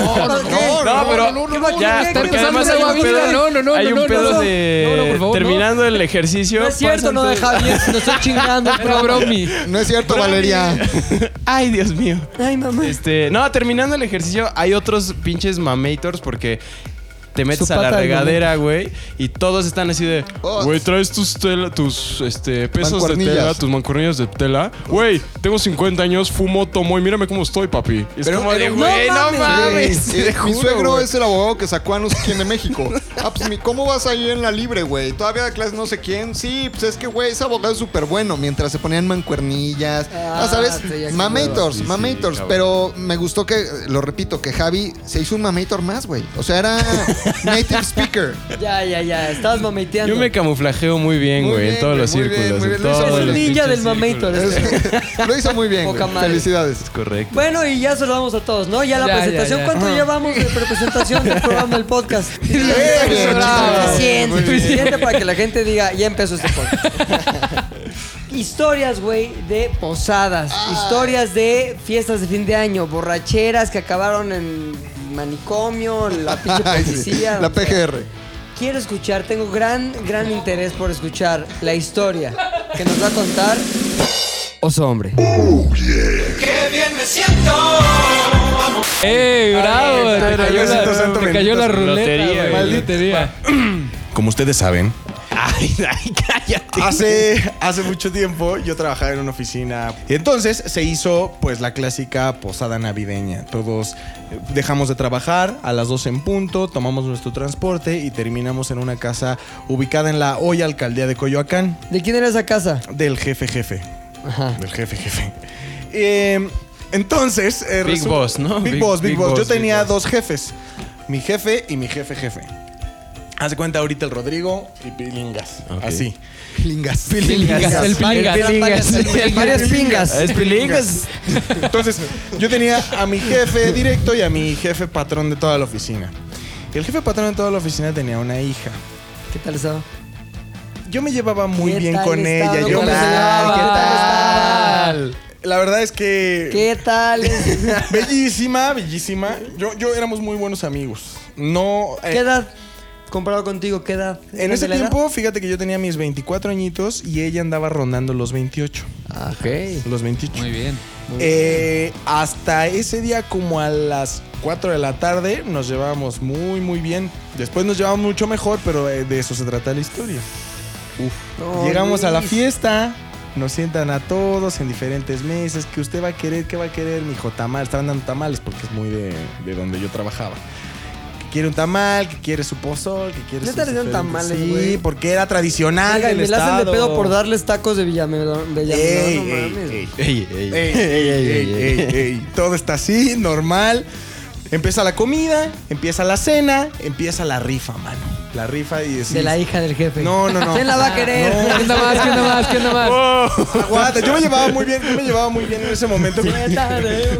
[SPEAKER 7] No, pero ya,
[SPEAKER 2] ¿Qué?
[SPEAKER 7] porque
[SPEAKER 2] ¿Qué?
[SPEAKER 7] además
[SPEAKER 2] ¿Qué?
[SPEAKER 7] hay un
[SPEAKER 2] ¿Qué?
[SPEAKER 7] pedo,
[SPEAKER 3] No, no, no,
[SPEAKER 7] hay
[SPEAKER 3] no,
[SPEAKER 7] un
[SPEAKER 3] no,
[SPEAKER 7] pedo
[SPEAKER 3] no.
[SPEAKER 7] de
[SPEAKER 3] No, no, por favor, no.
[SPEAKER 7] terminando el ejercicio. pues,
[SPEAKER 2] No es cierto,
[SPEAKER 7] pasan
[SPEAKER 2] no de
[SPEAKER 7] todos-
[SPEAKER 2] Javi, es- lo estoy chingando. el
[SPEAKER 3] Era
[SPEAKER 2] programa.
[SPEAKER 3] bromi.
[SPEAKER 6] No es cierto, Valeria.
[SPEAKER 7] Ay, Dios mío.
[SPEAKER 2] Ay, mamá.
[SPEAKER 7] Este, no, terminando el ejercicio, hay otros pinches mamators porque te metes
[SPEAKER 2] Su
[SPEAKER 7] a la
[SPEAKER 2] pata de
[SPEAKER 7] regadera, güey, y todos están así de,
[SPEAKER 6] Oh.
[SPEAKER 7] güey, traes tus tela- tus este pesos de
[SPEAKER 6] Mancuernillas.
[SPEAKER 7] tela, tus mancuernillas de tela. Güey, tengo 50 años, fumo, tomo y mírame cómo estoy, papi. Y es
[SPEAKER 6] Pero
[SPEAKER 7] como
[SPEAKER 6] era
[SPEAKER 7] de,
[SPEAKER 6] un-
[SPEAKER 7] güey,
[SPEAKER 2] No
[SPEAKER 7] no
[SPEAKER 2] mames,
[SPEAKER 7] mames.
[SPEAKER 6] Eh,
[SPEAKER 7] te
[SPEAKER 6] mi
[SPEAKER 7] juro,
[SPEAKER 6] suegro
[SPEAKER 7] güey".
[SPEAKER 6] es el abogado que sacó a no sé quién de México. Ah, pues, mi- ¿cómo vas ahí en la libre, güey? Todavía da clase no sé quién. Sí, pues es que, güey, ese abogado es súper bueno. Mientras se ponían mancuernillas.
[SPEAKER 2] Ah,
[SPEAKER 6] Ah, ¿sabes?
[SPEAKER 2] sí, ya qué
[SPEAKER 6] Mamators,
[SPEAKER 7] Sí, sí,
[SPEAKER 6] mamators.
[SPEAKER 7] cabrón.
[SPEAKER 6] pero me gustó que, lo repito, que Javi se hizo un mamator más, güey. O sea, era native speaker.
[SPEAKER 2] Ya, ya, ya. Estabas mameteando.
[SPEAKER 7] Yo me camuflajeo muy bien,
[SPEAKER 6] Muy
[SPEAKER 7] güey, en
[SPEAKER 6] bien,
[SPEAKER 7] todos
[SPEAKER 6] güey,
[SPEAKER 7] los
[SPEAKER 6] muy bien,
[SPEAKER 7] círculos.
[SPEAKER 6] muy
[SPEAKER 7] en
[SPEAKER 6] bien. Lo hizo
[SPEAKER 7] todos
[SPEAKER 2] el
[SPEAKER 7] los
[SPEAKER 2] ninja del este.
[SPEAKER 7] pinches
[SPEAKER 2] mamator.
[SPEAKER 7] círculos.
[SPEAKER 6] lo hizo muy bien,
[SPEAKER 2] Poca
[SPEAKER 6] güey.
[SPEAKER 2] madre.
[SPEAKER 6] Felicidades.
[SPEAKER 7] Correcto.
[SPEAKER 2] Bueno, y ya se lo damos a todos, ¿no? Ya la
[SPEAKER 3] Ya, ya,
[SPEAKER 2] presentación.
[SPEAKER 3] ya.
[SPEAKER 2] ¿Cuánto llevamos de presentación del programa del podcast?
[SPEAKER 6] bien, bravo.
[SPEAKER 2] Suficiente,
[SPEAKER 6] Muy bien.
[SPEAKER 2] suficiente para que la gente diga, ya empezó este podcast. Historias, güey, de posadas.
[SPEAKER 6] Ah.
[SPEAKER 2] Historias de fiestas de fin de año. Borracheras que acabaron en manicomio, en la pinche
[SPEAKER 6] Ay, sí.
[SPEAKER 2] policía.
[SPEAKER 6] La PGR.
[SPEAKER 2] Quiero escuchar, tengo gran, gran interés por escuchar la historia que nos va a contar Oso Hombre.
[SPEAKER 3] ¡Ey, Eh, bravo! Te cayó
[SPEAKER 4] Diosito
[SPEAKER 3] la,
[SPEAKER 4] santo
[SPEAKER 3] te
[SPEAKER 4] bendito,
[SPEAKER 3] cayó la
[SPEAKER 4] sí.
[SPEAKER 3] ruleta,
[SPEAKER 7] Lotería,
[SPEAKER 3] güey.
[SPEAKER 7] güey.
[SPEAKER 3] Lotería.
[SPEAKER 4] Como ustedes saben,
[SPEAKER 7] Ay, ay, cállate.
[SPEAKER 4] hace, hace mucho tiempo yo trabajaba en una oficina. Y entonces se hizo pues la clásica posada navideña. Todos eh, dejamos de trabajar a las 12 en punto, tomamos nuestro transporte y terminamos en una casa ubicada en la hoy alcaldía de Coyoacán.
[SPEAKER 2] ¿De quién era esa casa?
[SPEAKER 4] Del jefe jefe.
[SPEAKER 2] Ajá.
[SPEAKER 4] Del jefe jefe. Eh, entonces... eh,
[SPEAKER 7] Big
[SPEAKER 4] resu-
[SPEAKER 7] Boss, ¿no?
[SPEAKER 4] Big,
[SPEAKER 7] Big-
[SPEAKER 4] Boss, Big,
[SPEAKER 7] Big
[SPEAKER 4] Boss. Yo
[SPEAKER 7] Boss, Big
[SPEAKER 4] tenía
[SPEAKER 7] Boss.
[SPEAKER 4] dos jefes. Mi jefe y mi jefe jefe. Haz de cuenta ahorita el Rodrigo y Pilingas.
[SPEAKER 7] Ok.
[SPEAKER 4] Así.
[SPEAKER 6] Pilingas.
[SPEAKER 3] Pilingas, el
[SPEAKER 2] Varias-
[SPEAKER 3] pilingas.
[SPEAKER 2] eran varias- eran Varias pingas.
[SPEAKER 7] Es pilingas.
[SPEAKER 4] Entonces, yo tenía a mi jefe directo y a mi jefe patrón de toda la oficina. El jefe patrón de toda la oficina tenía una hija.
[SPEAKER 2] ¿Qué tal estaba?
[SPEAKER 4] Yo me llevaba muy
[SPEAKER 2] ¿Qué
[SPEAKER 4] bien
[SPEAKER 2] tal
[SPEAKER 4] con
[SPEAKER 2] estaba?
[SPEAKER 4] ella. Yo
[SPEAKER 2] ¿Cómo
[SPEAKER 4] me-
[SPEAKER 2] se llamaba?
[SPEAKER 4] Ay,
[SPEAKER 2] ¿Qué tal estaba?
[SPEAKER 4] qué- La verdad es que
[SPEAKER 2] ¿Qué tal? es-
[SPEAKER 4] bellísima, bellísima. Yo, yo éramos muy buenos amigos. No eh,
[SPEAKER 2] ¿Qué edad? Comparado contigo, ¿qué edad?
[SPEAKER 4] en ese
[SPEAKER 2] ¿De la edad?
[SPEAKER 4] tiempo, fíjate que yo tenía mis 24 añitos y ella andaba rondando los 28.
[SPEAKER 2] Ah, ok.
[SPEAKER 4] Los 28.
[SPEAKER 3] Muy bien.
[SPEAKER 4] Eh, hasta ese día, como a las 4 de la tarde, nos llevábamos muy, muy bien. Después nos llevábamos mucho mejor, pero eh, de eso se trata la historia.
[SPEAKER 2] No,
[SPEAKER 4] Llegamos a la
[SPEAKER 2] Oh, Luis.
[SPEAKER 4] fiesta, nos sientan a todos en diferentes mesas. Que usted va a querer, que va a querer, mi hijo, tamal. Estaban dando tamales porque es muy de, de donde yo trabajaba. Que quiere un tamal, que quiere su pozol, que quiere
[SPEAKER 2] ¿Neta
[SPEAKER 4] sus
[SPEAKER 2] le dieron
[SPEAKER 4] diferentes-
[SPEAKER 2] tamales,
[SPEAKER 4] Sí,
[SPEAKER 2] güey?
[SPEAKER 4] porque era tradicional
[SPEAKER 2] Oigan,
[SPEAKER 4] del
[SPEAKER 2] me la hacen de
[SPEAKER 4] estado.
[SPEAKER 2] pedo por darles tacos de Villamedón. De
[SPEAKER 4] Ey,
[SPEAKER 2] Villamedón, no
[SPEAKER 4] ey,
[SPEAKER 2] mames.
[SPEAKER 4] ey.
[SPEAKER 7] Ey, ey.
[SPEAKER 4] Ey, ey, ey, ey, ey. Todo está así, normal. Empieza la comida, empieza la cena, empieza la rifa, mano. La rifa y decís,
[SPEAKER 2] De la hija del jefe.
[SPEAKER 4] No, no, no.
[SPEAKER 2] ¿Quién la va a querer?
[SPEAKER 3] ¿Qué onda más? ¿Qué onda más? ¿Qué onda más?
[SPEAKER 4] Aguanta, yo me llevaba muy bien, yo me llevaba muy bien en ese momento.
[SPEAKER 2] ¿Qué tal, eh?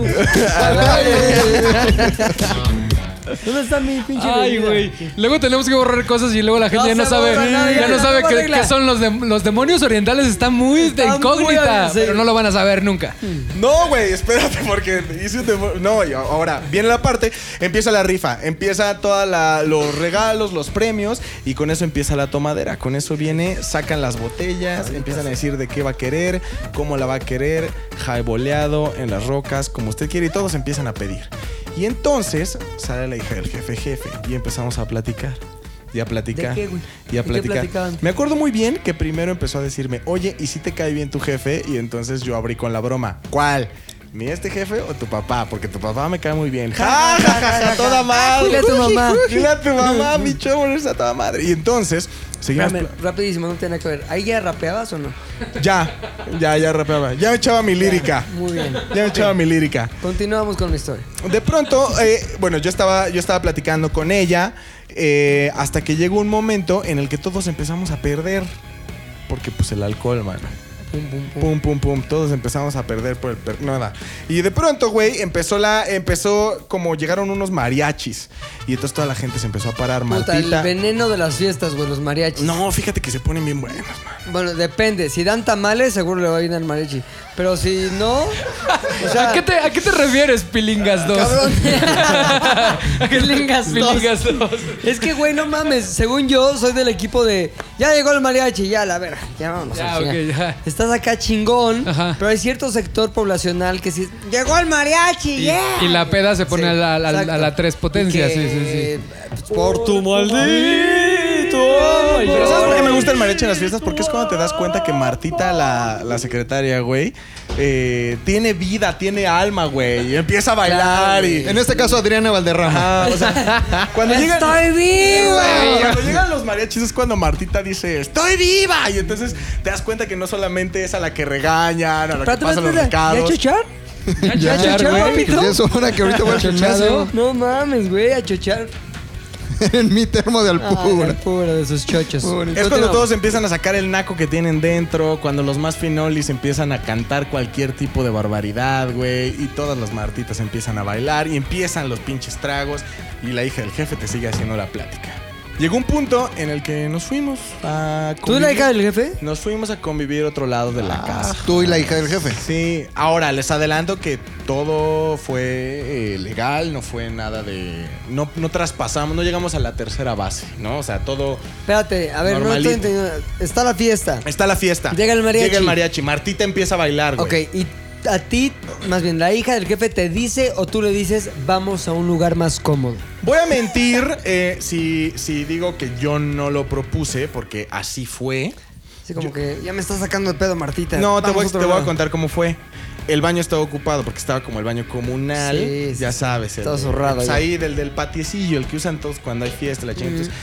[SPEAKER 2] ¿Dónde está mi pinche
[SPEAKER 3] Ay,
[SPEAKER 2] bebida?
[SPEAKER 3] güey. Luego tenemos que borrar cosas y luego la gente
[SPEAKER 2] No
[SPEAKER 3] ya no
[SPEAKER 2] se
[SPEAKER 3] sabe.
[SPEAKER 2] borra nada, ya
[SPEAKER 3] Ya
[SPEAKER 2] no
[SPEAKER 3] no sabe
[SPEAKER 2] tengo
[SPEAKER 3] qué
[SPEAKER 2] regla.
[SPEAKER 3] qué son los, dem- los demonios orientales. Está muy de
[SPEAKER 2] Está muy
[SPEAKER 3] incógnita.
[SPEAKER 2] sí.
[SPEAKER 3] Pero no lo van a saber nunca.
[SPEAKER 4] No, güey, espérate, porque hice un demo- No, y ahora, viene la parte, empieza la rifa, empieza todos los regalos, los premios, y con eso empieza la tomadera. Con eso viene, sacan las botellas, empiezan a decir de qué va a querer, cómo la va a querer, jaiboleado, en las rocas, como usted quiere, y todos empiezan a pedir. Y entonces sale la hija del jefe jefe, y empezamos a platicar. Y a platicar.
[SPEAKER 2] qué, güey?
[SPEAKER 4] y a
[SPEAKER 2] ¿De qué
[SPEAKER 4] platicar.
[SPEAKER 2] platicaban?
[SPEAKER 4] Me acuerdo muy bien que primero empezó a decirme, oye, ¿y si te cae bien tu jefe? Y entonces yo abrí con la broma. ¿Cuál? ¿Mi este jefe o tu papá? Porque tu papá me cae muy bien. ¡Ja, ja, ja, ja! ¡Toda madre!
[SPEAKER 2] Dile a tu mamá.
[SPEAKER 4] Dile a tu mamá, mi chavo, eres a toda madre. Y entonces, seguimos...
[SPEAKER 2] Espérame, rapidísimo, no tiene nada que ver. ¿Ahí ya rapeabas o no?
[SPEAKER 4] pla- Ya, ya, ya rapeaba. Ya me echaba mi lírica.
[SPEAKER 2] Muy bien.
[SPEAKER 4] Ya me echaba mi lírica.
[SPEAKER 2] Continuamos con la historia.
[SPEAKER 4] De pronto, eh, bueno, yo estaba, yo estaba platicando con ella eh, hasta que llegó un momento en el que todos empezamos a perder. Porque pues el alcohol, mano.
[SPEAKER 2] Pum, pum, pum.
[SPEAKER 4] Pum, pum, pum. Todos empezamos a perder por el... per- nada. Y de pronto, güey, empezó la... Empezó como llegaron unos mariachis. Y entonces toda la gente se empezó a parar.
[SPEAKER 2] Puta, el
[SPEAKER 4] Martita...
[SPEAKER 2] veneno de las fiestas, güey, los mariachis.
[SPEAKER 4] No, fíjate que se ponen bien buenos, man.
[SPEAKER 2] Bueno, depende. Si dan tamales, seguro le va bien al mariachi. Pero si no, o sea,
[SPEAKER 3] ¿A qué te, a qué te refieres, Pilingas 2?
[SPEAKER 2] cabrón. Pilingas dos.
[SPEAKER 3] Pilingas 2.
[SPEAKER 2] Es que, güey, no mames. Según yo, soy del equipo de. Ya llegó el mariachi, ya, la verga. Ya vámonos.
[SPEAKER 3] Ya,
[SPEAKER 2] al
[SPEAKER 3] ok,
[SPEAKER 2] chingar".
[SPEAKER 3] ya.
[SPEAKER 2] Estás acá chingón,
[SPEAKER 3] Ajá.
[SPEAKER 2] pero hay cierto sector poblacional que sí. ¡Llegó el mariachi!
[SPEAKER 3] Y,
[SPEAKER 2] yeah".
[SPEAKER 3] y la peda se pone
[SPEAKER 2] Sí,
[SPEAKER 3] a, la, a la- a la
[SPEAKER 2] exacto.
[SPEAKER 3] tres
[SPEAKER 2] Y
[SPEAKER 3] potencias. Sí, sí, sí.
[SPEAKER 2] que, pues, Por tu maldito
[SPEAKER 3] Oh my
[SPEAKER 4] Pero
[SPEAKER 3] God.
[SPEAKER 4] ¿sabes por qué me gusta el mariachi en las fiestas? Porque es cuando te das cuenta que Martita, la, la secretaria, güey, eh, tiene vida, tiene alma, güey. Y empieza a bailar y...
[SPEAKER 6] En este caso, Adriana Valderrama.
[SPEAKER 4] Ajá, o sea, cuando llegan...
[SPEAKER 2] ¡Estoy
[SPEAKER 4] Güey,
[SPEAKER 2] viva!
[SPEAKER 4] Cuando llegan los mariachis es cuando Martita dice ¡Estoy viva! Y entonces te das cuenta que no solamente es a la que regañan, a la que
[SPEAKER 2] Espérate,
[SPEAKER 4] pasa los
[SPEAKER 2] espérate, ¿Ya
[SPEAKER 4] recados.
[SPEAKER 2] chochar? ¿Ya
[SPEAKER 6] Ya,
[SPEAKER 2] chochar,
[SPEAKER 6] güey,
[SPEAKER 2] papito?
[SPEAKER 6] pues ya es hora que ahorita voy al gimnasio.
[SPEAKER 2] No mames, güey, a chochar.
[SPEAKER 6] en mi termo de
[SPEAKER 2] Ah,
[SPEAKER 6] alpura.
[SPEAKER 2] pura de sus chochos.
[SPEAKER 4] Pues, Es cuando todos empiezan a sacar el naco que tienen dentro, cuando los más finolis empiezan a cantar cualquier tipo de barbaridad, güey, y todas las martitas empiezan a bailar y empiezan los pinches tragos y la hija del jefe te sigue haciendo la plática. Llegó un punto en el que nos fuimos a
[SPEAKER 2] ¿Tú eres la
[SPEAKER 4] convivir.
[SPEAKER 2] hija del Ah. jefe?
[SPEAKER 4] Nos fuimos a convivir otro lado de la casa.
[SPEAKER 6] Tú y la hija del jefe.
[SPEAKER 4] Sí, ahora les adelanto que todo fue eh, legal, no fue nada de... No, no traspasamos, no llegamos a la tercera base, ¿no? O sea, todo...
[SPEAKER 2] Espérate, a ver,
[SPEAKER 4] Normalito.
[SPEAKER 2] no estoy entendiendo. Está la fiesta.
[SPEAKER 4] Está la fiesta.
[SPEAKER 2] Llega el mariachi.
[SPEAKER 4] Llega el mariachi. Martita empieza a bailar, güey.
[SPEAKER 2] Ok, y a ti, más bien, la hija del jefe te dice o tú le dices, vamos a un lugar más cómodo.
[SPEAKER 4] Voy a mentir eh, si, si digo que yo no lo propuse, porque así fue.
[SPEAKER 2] Así como que ya me estás sacando de pedo, Martita.
[SPEAKER 4] No, te
[SPEAKER 2] Vamos
[SPEAKER 4] voy,
[SPEAKER 2] otro
[SPEAKER 4] te voy a
[SPEAKER 2] lado.
[SPEAKER 4] contar cómo fue. El baño estaba ocupado porque estaba como el baño comunal.
[SPEAKER 2] Sí, sí,
[SPEAKER 4] ya
[SPEAKER 2] sí.
[SPEAKER 4] sabes. el-
[SPEAKER 2] Estaba zurrado
[SPEAKER 4] pues
[SPEAKER 2] ya.
[SPEAKER 4] ahí del, del patiecillo, el que usan todos cuando hay fiesta, la chingada. Entonces,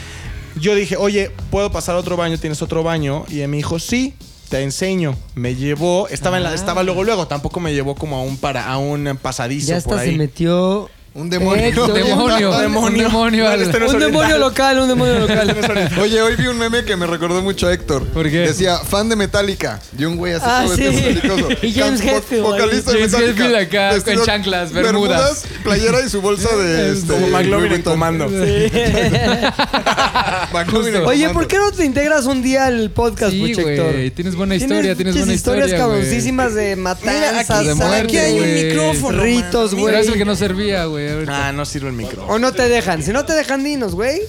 [SPEAKER 4] yo dije, oye, ¿puedo pasar a otro baño? ¿Tienes otro baño? Y él me dijo, sí, te enseño. Me llevó, estaba, en
[SPEAKER 2] Ah.
[SPEAKER 4] la, estaba luego, luego. Tampoco me llevó como a un, para, a un pasadizo
[SPEAKER 2] Ya
[SPEAKER 4] por
[SPEAKER 2] hasta
[SPEAKER 4] ahí.
[SPEAKER 2] se metió.
[SPEAKER 6] Un demonio.
[SPEAKER 2] Héctor.
[SPEAKER 3] Un demonio.
[SPEAKER 6] Un
[SPEAKER 3] Un
[SPEAKER 4] demonio.
[SPEAKER 3] demonio.
[SPEAKER 4] No,
[SPEAKER 3] al-
[SPEAKER 4] este no es
[SPEAKER 2] Un demonio
[SPEAKER 4] oriental.
[SPEAKER 2] local, un demonio local.
[SPEAKER 6] Oye, hoy vi un meme que me recordó mucho a Héctor.
[SPEAKER 3] ¿Por qué?
[SPEAKER 6] Decía, fan de Metallica. Y un güey así
[SPEAKER 2] Ah,
[SPEAKER 6] todo
[SPEAKER 2] sí.
[SPEAKER 6] estericoso.
[SPEAKER 2] Y James
[SPEAKER 6] Can- vo-
[SPEAKER 2] Hetfield,
[SPEAKER 6] Vocalista
[SPEAKER 3] ahí.
[SPEAKER 6] de
[SPEAKER 3] James
[SPEAKER 6] Metallica.
[SPEAKER 3] Hetfield acá, con
[SPEAKER 6] Vestido-
[SPEAKER 3] chanclas, bermudas.
[SPEAKER 6] Playera y su bolsa de... este,
[SPEAKER 4] Como
[SPEAKER 6] Louis
[SPEAKER 4] McLovin en
[SPEAKER 6] Vuitton.
[SPEAKER 4] comando.
[SPEAKER 6] McLovin en
[SPEAKER 2] Oye,
[SPEAKER 6] comando.
[SPEAKER 2] ¿por qué no te integras un día al podcast, pues,
[SPEAKER 3] Sí,
[SPEAKER 2] Puchector?
[SPEAKER 3] güey. Tienes buena historia, tienes,
[SPEAKER 2] muchas
[SPEAKER 3] buena historia.
[SPEAKER 2] historias
[SPEAKER 3] güey.
[SPEAKER 2] cabroncísimas de matanzas,
[SPEAKER 3] aquí-
[SPEAKER 2] sangre,
[SPEAKER 3] aquí hay un
[SPEAKER 2] güey.
[SPEAKER 3] micrófono,
[SPEAKER 2] ritos,
[SPEAKER 3] Pero es el que
[SPEAKER 2] güey.
[SPEAKER 3] no servía, güey. ahorita.
[SPEAKER 4] Ah, no sirve el micro.
[SPEAKER 2] O no te dejan. Si no te dejan, dinos, güey.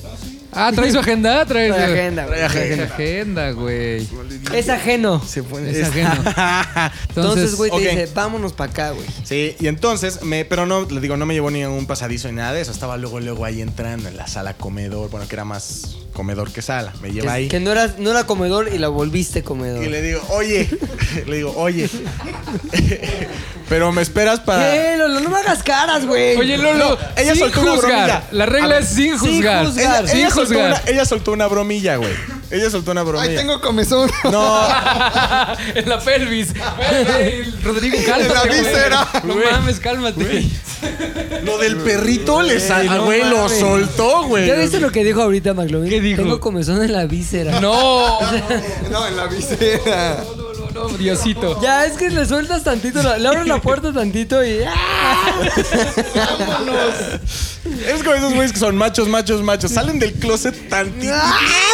[SPEAKER 3] Ah, ¿traes su agenda? Traes
[SPEAKER 2] Trae agenda, güey.
[SPEAKER 3] Trae agenda. agenda, güey.
[SPEAKER 2] Es ajeno.
[SPEAKER 3] Es ajeno.
[SPEAKER 2] Entonces, güey,
[SPEAKER 4] ok.
[SPEAKER 2] te dice, vámonos para acá, güey.
[SPEAKER 4] Sí, y entonces, me, pero no, le digo, no me llevó ni a un pasadizo ni nada de eso. Estaba luego, luego ahí entrando en la sala comedor, bueno, que era más comedor que sala. Me lleva
[SPEAKER 2] Que,
[SPEAKER 4] ahí.
[SPEAKER 2] que no, era, no era comedor y la volviste comedor.
[SPEAKER 4] Y le digo, oye, le digo, oye, pero me esperas para...
[SPEAKER 2] ¿Qué, Lolo? No me hagas caras, güey.
[SPEAKER 3] Oye, Lolo,
[SPEAKER 4] ella
[SPEAKER 3] sin
[SPEAKER 4] soltó una
[SPEAKER 3] juzgar.
[SPEAKER 4] bromilla.
[SPEAKER 3] La
[SPEAKER 4] A
[SPEAKER 3] regla
[SPEAKER 4] ver,
[SPEAKER 3] es sin
[SPEAKER 2] sin
[SPEAKER 3] juzgar.
[SPEAKER 2] juzgar.
[SPEAKER 4] Ella,
[SPEAKER 3] Sin
[SPEAKER 4] ella soltó
[SPEAKER 3] juzgar.
[SPEAKER 4] una, ella soltó una bromilla, güey. Ella soltó una bromilla.
[SPEAKER 6] Ay, tengo comezón.
[SPEAKER 4] No,
[SPEAKER 3] En la pelvis. Güey, Rodrigo, cálmate.
[SPEAKER 6] la
[SPEAKER 3] güey.
[SPEAKER 6] víscera.
[SPEAKER 3] No mames, cálmate.
[SPEAKER 4] lo del perrito le sal-
[SPEAKER 3] no
[SPEAKER 4] güey, lo
[SPEAKER 3] mames.
[SPEAKER 4] soltó, güey.
[SPEAKER 2] ¿Ya viste lo que dijo ahorita McLovin?
[SPEAKER 3] ¿Qué dijo?
[SPEAKER 2] Tengo comezón en la víscera.
[SPEAKER 3] No.
[SPEAKER 6] No, en la visera.
[SPEAKER 3] No, no, Diosito.
[SPEAKER 2] Ya, es que le sueltas tantito, la- le abres la puerta tantito y... ¡ah!
[SPEAKER 4] Es como esos güeyes que son machos, machos, machos. Salen del closet tantito.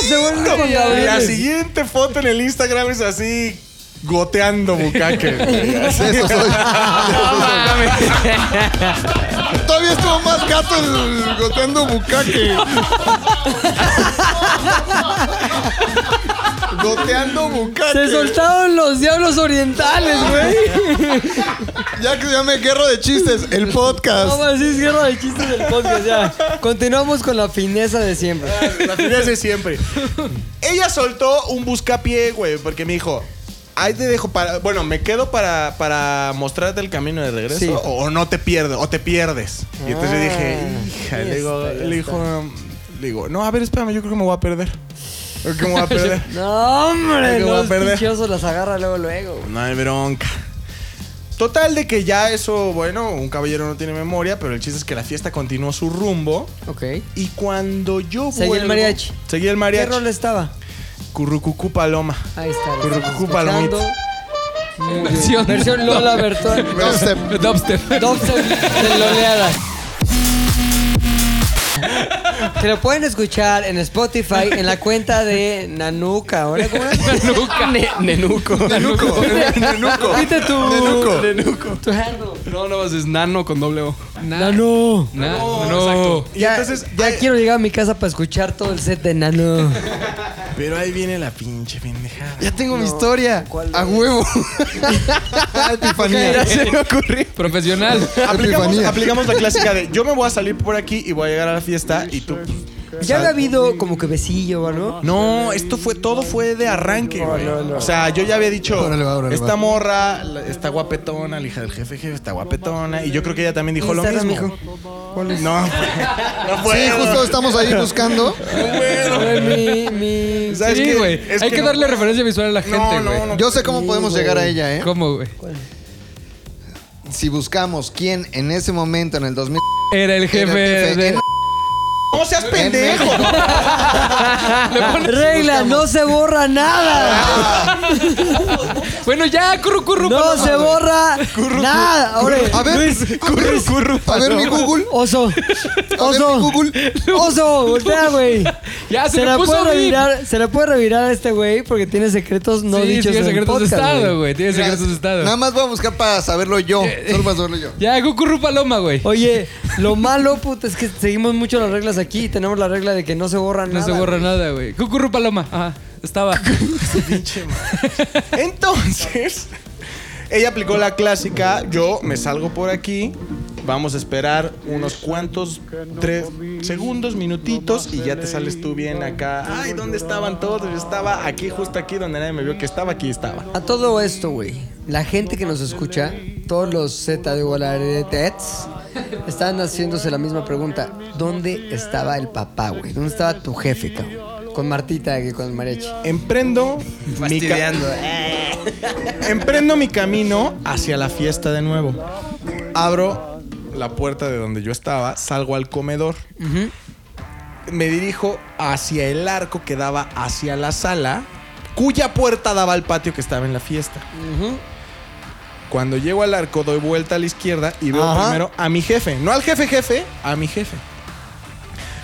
[SPEAKER 2] Se vuelve con
[SPEAKER 4] La
[SPEAKER 2] Gabriel.
[SPEAKER 4] siguiente foto en el Instagram es así goteando bucaque.
[SPEAKER 6] Eso soy. Todavía estuvo más gato el goteando bucaque. goteando
[SPEAKER 2] Se
[SPEAKER 6] bucaque.
[SPEAKER 2] soltaron los diablos orientales, güey.
[SPEAKER 6] Ya que se llame guerra de chistes, el podcast.
[SPEAKER 2] Vamos a decir, es guerra de chistes del podcast, ya. Continuamos con la fineza de siempre.
[SPEAKER 4] La fineza de siempre. Ella soltó un buscapié, güey, porque me dijo, ahí te dejo para... Bueno, me quedo para, para mostrarte el camino de regreso
[SPEAKER 2] Sí.
[SPEAKER 4] o, o no te pierdo, o te pierdes. Y entonces yo dije, hija,
[SPEAKER 2] ya
[SPEAKER 4] le digo,
[SPEAKER 2] Ah, está, ya
[SPEAKER 4] le dijo, le digo, no, a ver, espérame, yo creo que me voy a perder. Creo que me voy a perder.
[SPEAKER 2] No, hombre,
[SPEAKER 4] Creo que voy a
[SPEAKER 2] los
[SPEAKER 4] perder.
[SPEAKER 2] pichiosos las agarra luego, luego. güey.
[SPEAKER 4] No hay bronca. Total de que ya eso, bueno, un caballero no tiene memoria, pero el chiste es que la fiesta continuó su rumbo.
[SPEAKER 2] Ok.
[SPEAKER 4] Y cuando yo
[SPEAKER 2] Seguí el
[SPEAKER 4] vuelvo-
[SPEAKER 2] mariachi.
[SPEAKER 4] Seguí el
[SPEAKER 2] ¿Qué
[SPEAKER 4] mariachi.
[SPEAKER 2] rol estaba?
[SPEAKER 4] Currucucú Paloma.
[SPEAKER 2] Ahí está. lo estamos
[SPEAKER 4] Currucucú Palomita.
[SPEAKER 2] escuchando. Muy bien.
[SPEAKER 3] Versión-
[SPEAKER 2] Versión Lola Bertón.
[SPEAKER 6] Dubstep.
[SPEAKER 3] Dubstep.
[SPEAKER 2] Dobson de Loleada. Que lo pueden escuchar en Spotify en la cuenta de Nanuca. ¿Ahora cómo es?
[SPEAKER 3] Nunca.
[SPEAKER 5] Nenuco.
[SPEAKER 6] Nenuco. Nenuco.
[SPEAKER 2] Repite tu,
[SPEAKER 6] Nenuco.
[SPEAKER 2] tu handle.
[SPEAKER 5] No, no, es Nano con doble O.
[SPEAKER 2] Nano.
[SPEAKER 3] No. No.
[SPEAKER 4] Y
[SPEAKER 2] Ya,
[SPEAKER 4] entonces,
[SPEAKER 2] ya
[SPEAKER 4] ya-
[SPEAKER 2] quiero llegar a mi casa para escuchar todo el set de Nano.
[SPEAKER 4] Pero ahí viene la pinche pendejada.
[SPEAKER 6] Ya tengo mi historia.
[SPEAKER 2] ¿cuál
[SPEAKER 6] A
[SPEAKER 2] es?
[SPEAKER 6] huevo. Epifanía.
[SPEAKER 3] Profesional.
[SPEAKER 4] Aplicamos,
[SPEAKER 6] Epifanía.
[SPEAKER 4] aplicamos la clásica de yo me voy a salir por aquí y voy a llegar a la fiesta y tú pues,
[SPEAKER 2] Ya había habido como que besillo o algo.
[SPEAKER 4] No, esto fue todo fue de arranque, güey. O sea, yo ya había dicho,
[SPEAKER 6] Órale, va, órale,
[SPEAKER 4] esta
[SPEAKER 6] va.
[SPEAKER 4] morra la- está guapetona, la hija del jefe, jefe está guapetona. Y yo creo que ella también dijo lo
[SPEAKER 2] Instagram,
[SPEAKER 4] mismo.
[SPEAKER 2] mijo. ¿Cuál es?
[SPEAKER 4] No, güey, no puedo.
[SPEAKER 6] Sí, justo estamos ahí buscando.
[SPEAKER 4] no puedo.
[SPEAKER 2] A ver, mi, mi...
[SPEAKER 4] ¿Sabes
[SPEAKER 3] Sí,
[SPEAKER 4] qué?
[SPEAKER 3] güey.
[SPEAKER 4] Es
[SPEAKER 3] Hay que,
[SPEAKER 4] no-
[SPEAKER 3] darle referencia visual a la gente,
[SPEAKER 4] No,
[SPEAKER 3] güey.
[SPEAKER 4] no, no.
[SPEAKER 6] Yo sé cómo podemos llegar a ella, ¿eh?
[SPEAKER 3] ¿Cómo, güey?
[SPEAKER 6] Si buscamos quién en ese momento, en el 2000...
[SPEAKER 3] Era el jefe
[SPEAKER 6] era el jefe,
[SPEAKER 3] de...
[SPEAKER 6] en-
[SPEAKER 4] No seas pendejo.
[SPEAKER 2] Regla, no se borra nada.
[SPEAKER 3] Bueno, ya, curru, curru.
[SPEAKER 2] No
[SPEAKER 3] palo.
[SPEAKER 2] se borra nada. Ahora,
[SPEAKER 6] A ver,
[SPEAKER 4] Curru, curru.
[SPEAKER 6] a ver mi Google.
[SPEAKER 2] oso.
[SPEAKER 6] A ver mi
[SPEAKER 2] Oso.
[SPEAKER 6] Google.
[SPEAKER 2] Oso, voltea, güey.
[SPEAKER 3] Ya,
[SPEAKER 2] Se
[SPEAKER 3] se, me
[SPEAKER 2] la,
[SPEAKER 3] puso
[SPEAKER 2] puede
[SPEAKER 3] VIP.
[SPEAKER 2] revirar, se la puede revirar a este güey porque tiene secretos no
[SPEAKER 3] sí,
[SPEAKER 2] dichos
[SPEAKER 3] tiene
[SPEAKER 2] en el
[SPEAKER 3] secretos
[SPEAKER 2] podcast,
[SPEAKER 3] de
[SPEAKER 2] güey.
[SPEAKER 3] estado, güey. Tiene secretos de
[SPEAKER 6] Nada
[SPEAKER 3] estado.
[SPEAKER 6] más voy a buscar para saberlo yo. Solo para saberlo yo.
[SPEAKER 3] Ya, Cucurru Paloma, güey.
[SPEAKER 2] Oye, lo malo, puta, es que seguimos mucho las reglas aquí y tenemos la regla de que no se borra
[SPEAKER 3] No
[SPEAKER 2] nada.
[SPEAKER 3] se borra nada, güey. Cucurru Paloma. Ajá, estaba.
[SPEAKER 4] Entonces, ella aplicó la clásica, yo me salgo por aquí, vamos a esperar unos cuantos, tres segundos, minutitos, y ya te sales tú bien acá. Ay, ¿dónde estaban todos? Yo estaba aquí, justo aquí, donde nadie me vio que estaba, aquí estaba.
[SPEAKER 2] A todo esto, güey, la gente que nos escucha, todos los Z de Guadalajara Tets, están haciéndose la misma pregunta. ¿Dónde estaba el papá, güey? ¿Dónde estaba tu jefe, cabrón? Con Martita, que con el mariachi.
[SPEAKER 4] Emprendo mi, ca- Emprendo mi camino hacia la fiesta de nuevo. Abro la puerta de donde yo estaba, salgo al comedor. Me dirijo hacia el arco que daba hacia la sala, cuya puerta daba al patio que estaba en la fiesta. Cuando llego al arco, doy vuelta a la izquierda y veo
[SPEAKER 6] Ajá.
[SPEAKER 4] primero a mi jefe. No al jefe jefe, a mi jefe.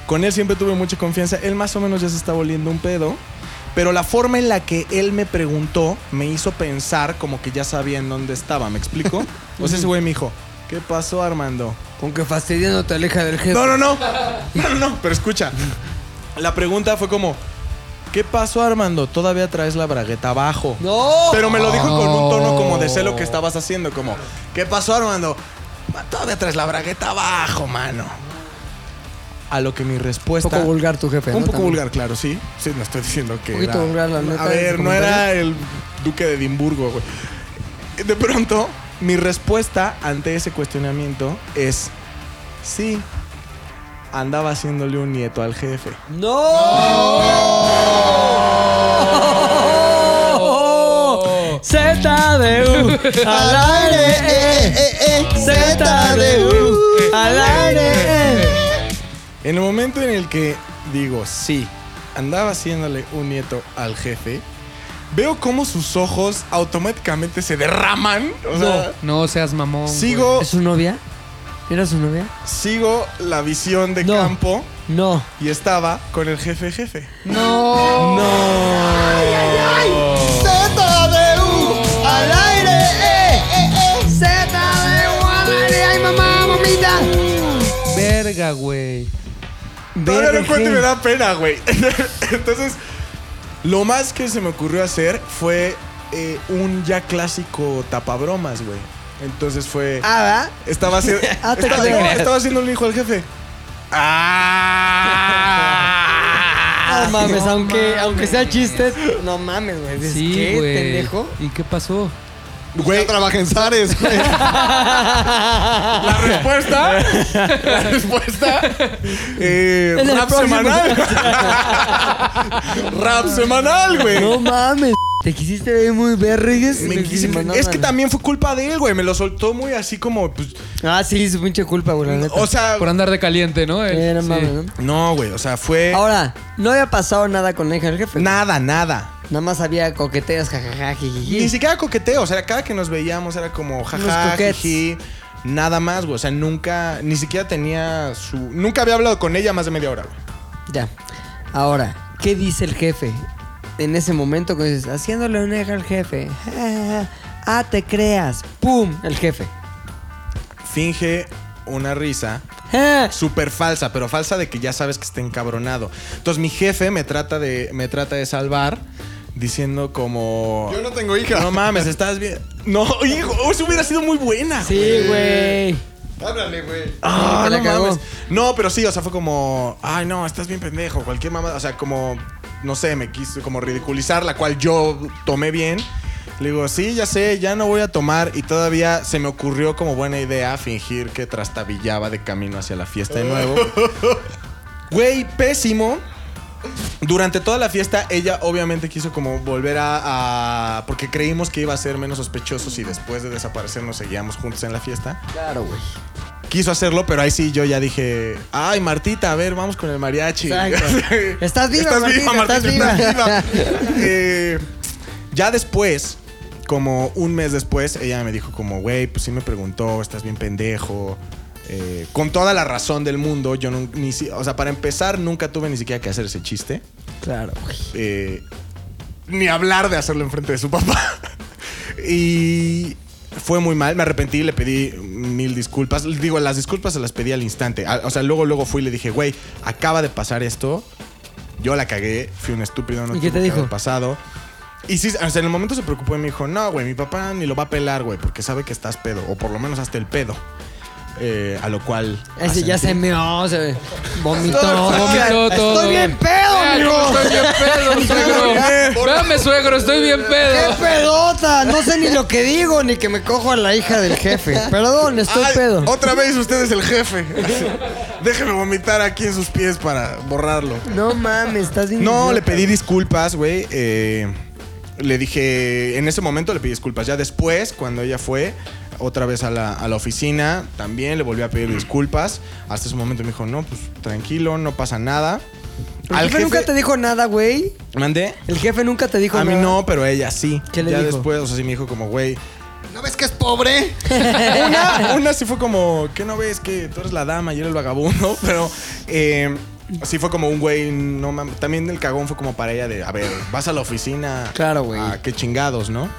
[SPEAKER 4] Con él siempre tuve mucha confianza. Él más o menos ya se está volviendo un pedo. Pero la forma en la que él me preguntó me hizo pensar como que ya sabía en dónde estaba. ¿Me explico? O sea, ese güey me dijo, ¿qué pasó Armando?
[SPEAKER 2] Con que fastidiando te aleja del jefe.
[SPEAKER 4] No, no, no. No, no, no. Pero escucha. La pregunta fue como, ¿qué pasó Armando? Todavía traes la bragueta abajo.
[SPEAKER 2] ¡No!
[SPEAKER 4] Pero me lo dijo con un tono como de celo que estabas haciendo, como, ¿qué pasó, Armando? Ma, Todavía traes la bragueta abajo, mano. A lo que mi respuesta.
[SPEAKER 2] Un poco vulgar tu jefe,
[SPEAKER 4] Un
[SPEAKER 2] ¿no?
[SPEAKER 4] poco
[SPEAKER 2] También.
[SPEAKER 4] vulgar, claro, sí. Sí, no estoy diciendo que.
[SPEAKER 2] Un poquito
[SPEAKER 4] era-
[SPEAKER 2] vulgar, la neta,
[SPEAKER 4] A
[SPEAKER 2] ese
[SPEAKER 4] ver, no
[SPEAKER 2] comentario.
[SPEAKER 4] era el duque de Edimburgo, güey. De pronto, mi respuesta ante ese cuestionamiento es: sí, andaba haciéndole un nieto al jefe.
[SPEAKER 2] ¡No! ZDU al aire, eh, eh, eh, ZDU al aire. eh.
[SPEAKER 4] En el momento en el que digo sí, andaba haciéndole un nieto al jefe, veo cómo sus ojos automáticamente se derraman. O sea,
[SPEAKER 3] No seas mamón. güey.
[SPEAKER 4] sigo,
[SPEAKER 2] ¿Es su novia? ¿Era su novia?
[SPEAKER 4] sigo la visión de
[SPEAKER 2] No.
[SPEAKER 4] campo
[SPEAKER 2] No.
[SPEAKER 4] y estaba con el jefe jefe.
[SPEAKER 3] No.
[SPEAKER 6] ZDU al aire.
[SPEAKER 3] Verga, güey.
[SPEAKER 4] Todavía lo encuentro y me da pena, güey. Entonces, lo más que se me ocurrió hacer fue eh, un ya clásico tapabromas, güey. Entonces fue...
[SPEAKER 2] Ah,
[SPEAKER 4] Estaba haciendo.
[SPEAKER 2] Ah, te
[SPEAKER 4] estaba,
[SPEAKER 2] creo.
[SPEAKER 4] no, estaba haciendo un hijo al jefe.
[SPEAKER 2] ¿verdad? Ah, No mames, aunque, aunque sea chiste. No mames, güey. Dices,
[SPEAKER 3] Sí,
[SPEAKER 2] ¿Qué,
[SPEAKER 3] güey.
[SPEAKER 2] pendejo?
[SPEAKER 3] ¿Y qué pasó?
[SPEAKER 6] Güey, trabaja en Zares, güey.
[SPEAKER 4] La respuesta. la respuesta. eh,
[SPEAKER 2] En el
[SPEAKER 4] rap
[SPEAKER 2] próximo.
[SPEAKER 4] semanal. rap semanal, güey.
[SPEAKER 2] No mames. Te quisiste ver muy verrigues.
[SPEAKER 4] Me quise-
[SPEAKER 2] No
[SPEAKER 4] es que
[SPEAKER 2] mames.
[SPEAKER 4] también fue culpa de él, güey. Me lo soltó muy así como. pues,
[SPEAKER 2] Ah, sí, es pinche culpa, güey, la neta.
[SPEAKER 4] o sea.
[SPEAKER 3] Por andar de caliente, ¿no? Él,
[SPEAKER 2] Eh, no
[SPEAKER 3] sí.
[SPEAKER 2] mames, ¿no?
[SPEAKER 4] No, güey. O sea, fue.
[SPEAKER 2] Ahora, no había pasado nada con la hija del jefe.
[SPEAKER 4] Nada, nada.
[SPEAKER 2] Nada más había coqueteas, jajaja,
[SPEAKER 4] Ni
[SPEAKER 2] jijiji.
[SPEAKER 4] siquiera coqueteo, o sea, cada que nos veíamos era como
[SPEAKER 2] Unos
[SPEAKER 4] jaja,
[SPEAKER 2] coquets.
[SPEAKER 4] jiji, nada más, güey. O sea, nunca, ni siquiera tenía su. Nunca había hablado con ella más de media hora, güey.
[SPEAKER 2] Ya. Ahora, ¿qué dice el jefe? En ese momento que dices, haciéndole una hija al jefe. Ah, te creas. ¡Pum! El jefe.
[SPEAKER 4] Finge una risa
[SPEAKER 2] Ah,
[SPEAKER 4] súper falsa, pero falsa de que ya sabes que está encabronado. Entonces mi jefe me trata de, me trata de salvar diciendo como.
[SPEAKER 6] Yo no tengo hija.
[SPEAKER 4] No mames, estás bien. No, hijo, eso hubiera sido muy buena.
[SPEAKER 2] Sí, güey.
[SPEAKER 6] Háblale, güey.
[SPEAKER 4] Ah,
[SPEAKER 2] que la
[SPEAKER 4] no
[SPEAKER 2] cagó.
[SPEAKER 4] mames. No, pero sí, o sea, fue como, ay, no, estás bien pendejo, cualquier mamada, o sea, como, no sé, me quiso como ridiculizar, la cual yo tomé bien. Le digo, sí, ya sé, ya no voy a tomar y todavía se me ocurrió como buena idea fingir que trastabillaba de camino hacia la fiesta de nuevo. Güey, pésimo. Durante toda la fiesta, ella obviamente quiso como volver a, a- Porque creímos que iba a ser menos sospechosos y después de desaparecernos seguíamos juntos en la fiesta.
[SPEAKER 6] Claro, güey.
[SPEAKER 4] Quiso hacerlo, pero ahí sí yo ya dije, ay Martita, a ver, vamos con el mariachi.
[SPEAKER 2] Exacto. Estás viva, Martita, estás
[SPEAKER 4] viva. Eh, ya después, como un mes después, ella me dijo como, güey, pues sí me preguntó, estás bien pendejo. Eh, con toda la razón del mundo, yo nun- ni si- o sea, para empezar, nunca tuve ni siquiera que hacer ese chiste.
[SPEAKER 2] Claro, güey.
[SPEAKER 4] Eh, ni hablar de hacerlo enfrente de su papá. y fue muy mal, me arrepentí, le pedí mil disculpas. Digo, las disculpas se las pedí al instante. A- O sea, luego, luego fui y le dije, güey, acaba de pasar esto. Yo la cagué, fui un estúpido, no
[SPEAKER 2] ¿Y qué te
[SPEAKER 4] tuve que
[SPEAKER 2] dijo?
[SPEAKER 4] haber pasado. Y sí, o sea, en el momento se preocupó y me dijo, no, güey, mi papá ni lo va a pelar, güey, porque sabe que estás pedo, o por lo menos hasta el pedo. Eh, a lo cual...
[SPEAKER 2] Ese ya
[SPEAKER 4] asentí.
[SPEAKER 2] se meó, se vomitó.
[SPEAKER 3] vomitó todo.
[SPEAKER 2] Estoy bien pedo,
[SPEAKER 3] Ah,
[SPEAKER 2] mijo.
[SPEAKER 3] yo estoy bien pedo, suegro. Véame, suegro, estoy bien
[SPEAKER 2] ¡Qué
[SPEAKER 3] pedo.
[SPEAKER 2] pedota! No sé ni lo que digo, ni que me cojo a la hija del jefe. Perdón, estoy
[SPEAKER 4] Ay,
[SPEAKER 2] pedo.
[SPEAKER 4] Otra vez usted es el jefe. Déjeme vomitar aquí en sus pies para borrarlo.
[SPEAKER 2] No mames, estás bien.
[SPEAKER 4] No,
[SPEAKER 2] idiota.
[SPEAKER 4] le pedí disculpas, güey. eh, le dije, en ese momento le pedí disculpas. Ya después, cuando ella fue otra vez a la, a la oficina, también le volví a pedir disculpas. Hasta ese momento me dijo, no, pues tranquilo, no pasa nada.
[SPEAKER 2] ¿El jefe, nunca te dijo nada, güey?
[SPEAKER 4] ¿Mandé?
[SPEAKER 2] El jefe nunca te dijo
[SPEAKER 4] A
[SPEAKER 2] nada.
[SPEAKER 4] mí no, pero ella sí.
[SPEAKER 2] ¿Qué le
[SPEAKER 4] ya
[SPEAKER 2] dijo?
[SPEAKER 4] después, o sea, sí me dijo como, güey,
[SPEAKER 6] ¿No ves que es pobre?
[SPEAKER 4] una, una sí fue como, ¿qué no ves que tú eres la dama y eres el vagabundo? Pero eh, sí fue como un güey, no mames. También el cagón fue como para ella de, a ver, vas a la oficina.
[SPEAKER 2] Claro, güey.
[SPEAKER 4] Ah, qué chingados, ¿no?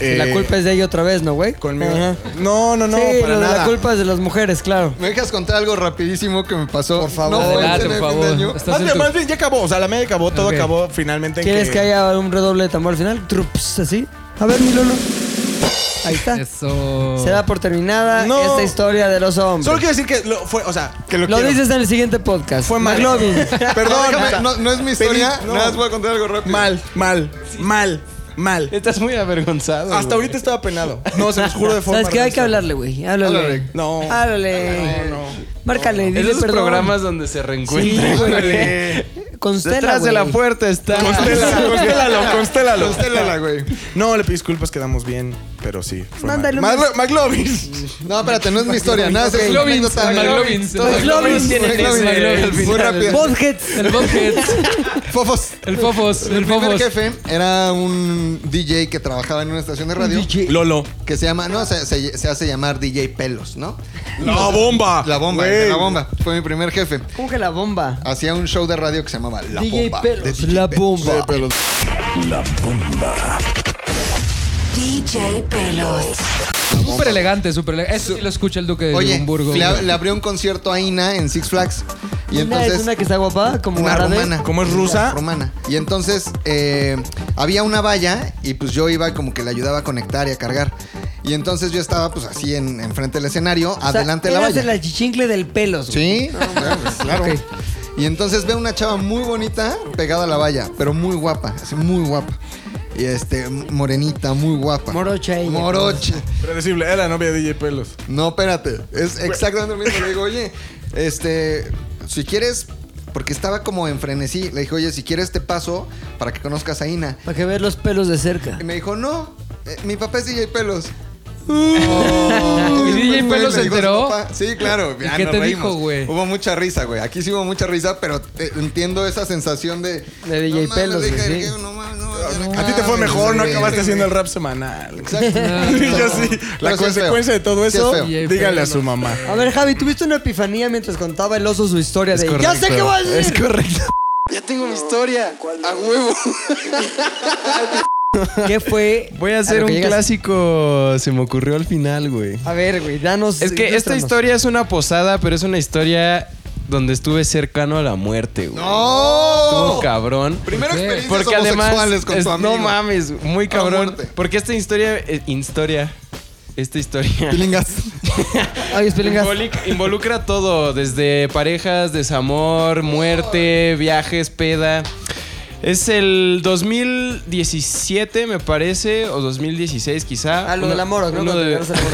[SPEAKER 4] Eh,
[SPEAKER 2] La culpa es de ella otra vez, ¿no, güey?
[SPEAKER 4] Conmigo.
[SPEAKER 2] Ajá.
[SPEAKER 4] No, no, no,
[SPEAKER 2] sí,
[SPEAKER 4] para
[SPEAKER 2] lo de
[SPEAKER 4] nada.
[SPEAKER 2] la culpa es de las mujeres, claro.
[SPEAKER 6] ¿Me dejas contar algo rapidísimo que me pasó? Por favor.
[SPEAKER 3] Adelante, por favor. Estás
[SPEAKER 4] Más
[SPEAKER 3] en
[SPEAKER 4] bien,
[SPEAKER 3] tu-
[SPEAKER 4] más bien, ya acabó. O sea, la media acabó, todo
[SPEAKER 3] Ok.
[SPEAKER 4] acabó finalmente en
[SPEAKER 2] ¿Quieres que haya un redoble de tambor al final? Trups, así. A ver, mi Lolo. Ahí está.
[SPEAKER 3] Eso.
[SPEAKER 2] Se da por terminada
[SPEAKER 4] No.
[SPEAKER 2] esta historia de los hombres.
[SPEAKER 4] Solo quiero decir que lo, fue, o sea, que lo,
[SPEAKER 2] Lo
[SPEAKER 4] quiero.
[SPEAKER 2] dices en el siguiente podcast.
[SPEAKER 4] Fue mal.
[SPEAKER 2] McLovin.
[SPEAKER 6] No,
[SPEAKER 4] Perdón. o sea,
[SPEAKER 6] no, no es mi historia.
[SPEAKER 4] Pedí- no.
[SPEAKER 6] Nada más voy a contar algo rápido.
[SPEAKER 4] Mal, mal, mal, mal.
[SPEAKER 7] Estás muy avergonzado.
[SPEAKER 4] Hasta ahorita estaba penado. No, se los juro de forma.
[SPEAKER 2] ¿Sabes qué? Hay que
[SPEAKER 4] honesta.
[SPEAKER 2] hablarle, güey. Háblale.
[SPEAKER 6] Háblale.
[SPEAKER 4] No.
[SPEAKER 2] Háblale.
[SPEAKER 4] No, no.
[SPEAKER 2] Márcale, dile
[SPEAKER 7] Esos
[SPEAKER 2] perdón.
[SPEAKER 7] programas donde se reencuentran.
[SPEAKER 2] Constela,
[SPEAKER 7] Detrás de
[SPEAKER 2] güey.
[SPEAKER 7] la puerta está.
[SPEAKER 4] Constélalo, constélalo, constélalo.
[SPEAKER 6] Constélala, güey.
[SPEAKER 4] No, le pido disculpas, quedamos bien, pero sí. fue mal.
[SPEAKER 2] Mándale un-
[SPEAKER 4] Maglo- McLovin.
[SPEAKER 6] No, espérate, no es mi historia. Nada, es una
[SPEAKER 3] McLovin's,
[SPEAKER 6] anécdota.
[SPEAKER 3] McLovin's.
[SPEAKER 2] McLovin's tiene
[SPEAKER 6] McLovin's.
[SPEAKER 3] ese-
[SPEAKER 6] McLovin's. Muy rápido.
[SPEAKER 2] Botheads.
[SPEAKER 3] El Bobheads,
[SPEAKER 6] Fofos.
[SPEAKER 3] el Fofos, el
[SPEAKER 6] El primer
[SPEAKER 3] Fofos.
[SPEAKER 6] jefe era un DJ que trabajaba en una estación de radio.
[SPEAKER 4] Lolo.
[SPEAKER 6] Que se llama, no, se, se- se hace llamar DJ Pelos, ¿no?
[SPEAKER 4] La bomba.
[SPEAKER 6] La bomba,
[SPEAKER 4] Güey.
[SPEAKER 6] la bomba. Fue mi primer jefe.
[SPEAKER 2] ¿Cómo que la bomba?
[SPEAKER 6] Hacía un show de radio que se llamaba La
[SPEAKER 2] DJ
[SPEAKER 6] Bomba.
[SPEAKER 2] Pelos,
[SPEAKER 6] de
[SPEAKER 2] La
[SPEAKER 6] Pelos.
[SPEAKER 2] Bomba.
[SPEAKER 6] Sí, Pelos.
[SPEAKER 8] DJ Pelos.
[SPEAKER 3] Súper elegante, súper elegante. Eso sí lo escucha el Duque de
[SPEAKER 6] Oye,
[SPEAKER 3] Edimburgo.
[SPEAKER 6] le, le abrió un concierto a Ina en Six Flags. Y
[SPEAKER 2] ¿Una
[SPEAKER 6] entonces.
[SPEAKER 2] es una que está guapa? Como
[SPEAKER 6] Una
[SPEAKER 2] árabe?
[SPEAKER 6] rumana.
[SPEAKER 4] ¿Cómo es rusa?
[SPEAKER 6] Rumana. Y entonces eh, había una valla y pues yo iba como que le ayudaba a conectar y a cargar. Y entonces yo estaba pues así en, enfrente del escenario,
[SPEAKER 2] O sea,
[SPEAKER 6] adelante de la
[SPEAKER 2] eras
[SPEAKER 6] valla.
[SPEAKER 2] el achichincle del pelos. güey.
[SPEAKER 6] Sí, pues, claro.
[SPEAKER 2] Ok.
[SPEAKER 6] Y entonces veo una chava muy bonita pegada a la valla, pero muy guapa, así muy guapa. Y este, morenita, muy guapa.
[SPEAKER 2] Morocha ella. pues.
[SPEAKER 6] Morocha.
[SPEAKER 4] Predecible, era novia de DJ Pelos.
[SPEAKER 6] No, espérate. Es exactamente lo mismo. Le digo, oye, este, si quieres, porque estaba como en frenesí. Le dije, oye, si quieres te paso para que conozcas a Ina.
[SPEAKER 2] Para que veas los pelos de cerca.
[SPEAKER 6] Y me dijo, no, eh, mi papá es DJ Pelos.
[SPEAKER 3] ¿Y
[SPEAKER 6] después
[SPEAKER 3] DJ
[SPEAKER 6] fue
[SPEAKER 3] Pelos se
[SPEAKER 6] le dijo a su
[SPEAKER 3] enteró?
[SPEAKER 6] papá. Sí, claro.
[SPEAKER 3] ¿Y
[SPEAKER 6] Ah,
[SPEAKER 3] qué
[SPEAKER 6] nos
[SPEAKER 3] te
[SPEAKER 6] reímos.
[SPEAKER 3] dijo, güey?
[SPEAKER 6] Hubo mucha risa, güey. Aquí sí hubo mucha risa, pero te- entiendo esa sensación de...
[SPEAKER 2] De DJ
[SPEAKER 6] mames,
[SPEAKER 2] Pelos,
[SPEAKER 6] le dije,
[SPEAKER 2] güey, sí.
[SPEAKER 6] no mames, no,
[SPEAKER 4] A ti te
[SPEAKER 6] Ah,
[SPEAKER 4] fue mejor, no acabaste haciendo el rap semanal.
[SPEAKER 6] Exacto.
[SPEAKER 4] Yo sí. La
[SPEAKER 6] Pero sí es
[SPEAKER 4] consecuencia
[SPEAKER 6] feo.
[SPEAKER 4] de todo
[SPEAKER 6] Sí es
[SPEAKER 4] eso,
[SPEAKER 6] feo.
[SPEAKER 3] DJ
[SPEAKER 4] dígale a
[SPEAKER 3] Pelos.
[SPEAKER 4] su mamá.
[SPEAKER 2] A ver, Javi, ¿tuviste una epifanía mientras contaba el oso su historia de... ¡Ya sé qué voy a decir!
[SPEAKER 4] Es correcto.
[SPEAKER 6] Ya tengo mi historia. A huevo.
[SPEAKER 2] ¿Qué fue?
[SPEAKER 7] Voy a
[SPEAKER 2] a
[SPEAKER 7] hacer
[SPEAKER 2] lo
[SPEAKER 7] un
[SPEAKER 2] que llegas?
[SPEAKER 7] clásico. Se me ocurrió al final, güey.
[SPEAKER 2] A ver, güey, danos...
[SPEAKER 7] Es que esta
[SPEAKER 2] ilústranos.
[SPEAKER 7] historia es una posada, pero es una historia donde estuve cercano a la muerte, güey. Estuvo
[SPEAKER 6] ¡No!
[SPEAKER 7] cabrón.
[SPEAKER 6] Primero
[SPEAKER 3] ¿Por qué?
[SPEAKER 6] experiencias
[SPEAKER 7] Porque además.
[SPEAKER 6] homosexuales con
[SPEAKER 7] es-
[SPEAKER 6] tu amigo.
[SPEAKER 7] no mames, muy cabrón.
[SPEAKER 6] muerte.
[SPEAKER 7] Porque esta historia. eh, historia. Esta historia.
[SPEAKER 6] Pilingas.
[SPEAKER 2] Ay, espelengas.
[SPEAKER 7] Involi- Involucra todo, desde parejas, desamor, muerte, viajes, peda. Es el 2017, me parece, o 2016 quizá.
[SPEAKER 2] Ah, lo del
[SPEAKER 7] Uno-
[SPEAKER 2] amor, ¿no?
[SPEAKER 7] uno
[SPEAKER 2] Cuando
[SPEAKER 7] de-
[SPEAKER 2] llegaron al amor.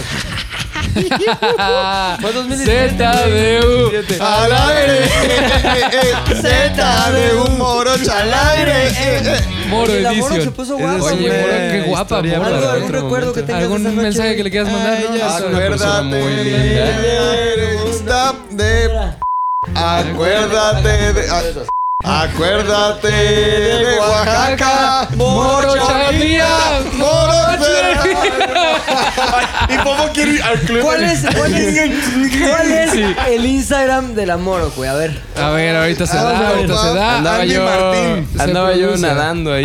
[SPEAKER 3] Fue 2017. ZDU.
[SPEAKER 6] Al aire, eh, Z de un moro al aire.
[SPEAKER 3] Moro
[SPEAKER 2] El amor se
[SPEAKER 3] Edition.
[SPEAKER 2] puso guapo.
[SPEAKER 3] Oye,
[SPEAKER 2] güey.
[SPEAKER 7] eh,
[SPEAKER 3] Moro, qué guapa,
[SPEAKER 7] historia
[SPEAKER 3] Moro.
[SPEAKER 2] Algo,
[SPEAKER 7] para
[SPEAKER 2] algún
[SPEAKER 7] otro
[SPEAKER 2] recuerdo que
[SPEAKER 7] momento.
[SPEAKER 2] tengas de
[SPEAKER 3] ¿Algún
[SPEAKER 2] esa noche, Ah,
[SPEAKER 3] mensaje que le quieras mandar? No,
[SPEAKER 7] ya
[SPEAKER 3] Es una
[SPEAKER 7] acuérdate
[SPEAKER 3] persona muy
[SPEAKER 7] de-
[SPEAKER 3] linda.
[SPEAKER 6] Stop de. Acuérdate de. a- Acuérdate de Oaxaca.
[SPEAKER 3] Moro Chavía.
[SPEAKER 6] Moro Chavía.
[SPEAKER 4] Y Popo quiere ir al club.
[SPEAKER 2] ¿Cuál es, cuál es, cuál es el Instagram del amor, güey? A ver.
[SPEAKER 3] A ver, ahorita se da,
[SPEAKER 6] Ah,
[SPEAKER 3] ahorita se da.
[SPEAKER 7] Andaba
[SPEAKER 4] Andy
[SPEAKER 7] yo,
[SPEAKER 4] Martín.
[SPEAKER 3] Se
[SPEAKER 7] andaba yo
[SPEAKER 3] produce.
[SPEAKER 7] nadando ahí.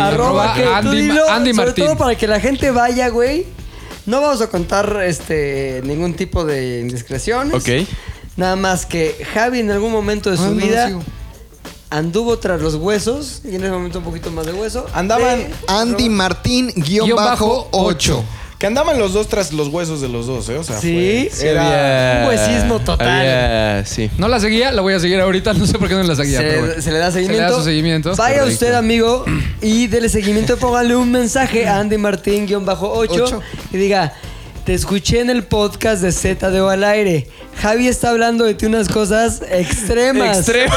[SPEAKER 2] Arroba
[SPEAKER 3] Arroba
[SPEAKER 2] que tú
[SPEAKER 3] Andy-
[SPEAKER 2] dilo,
[SPEAKER 3] Andy
[SPEAKER 2] sobre
[SPEAKER 3] Martín.
[SPEAKER 2] todo para que la gente vaya, güey. No vamos a contar este ningún tipo de indiscreciones.
[SPEAKER 7] Ok.
[SPEAKER 2] Nada más que Javi en algún momento de su
[SPEAKER 6] Ah, no,
[SPEAKER 2] vida
[SPEAKER 6] sigo.
[SPEAKER 2] anduvo tras los huesos y en ese momento un poquito más de hueso.
[SPEAKER 4] Andaban-
[SPEAKER 2] de-
[SPEAKER 6] Andy Martín guión
[SPEAKER 3] Guión
[SPEAKER 6] bajo
[SPEAKER 3] bajo
[SPEAKER 6] 8.
[SPEAKER 4] Que andaban los dos tras los huesos de los dos, ¿eh? O sea,
[SPEAKER 2] Sí.
[SPEAKER 4] fue-
[SPEAKER 7] Sí, había-
[SPEAKER 2] un huesismo total.
[SPEAKER 7] había- sí.
[SPEAKER 3] No la seguía, la voy a seguir ahorita. No sé por qué no la seguía. pero bueno.
[SPEAKER 2] se, se le da seguimiento.
[SPEAKER 3] Se le da su seguimiento.
[SPEAKER 2] Vaya
[SPEAKER 3] Correcto.
[SPEAKER 2] usted, amigo, y dele seguimiento. Póngale un mensaje a Andy Martín-8
[SPEAKER 6] Ocho.
[SPEAKER 2] y diga: Te escuché en el podcast de ZDO al aire. Javi está hablando de ti unas cosas extremas.
[SPEAKER 7] Extremo.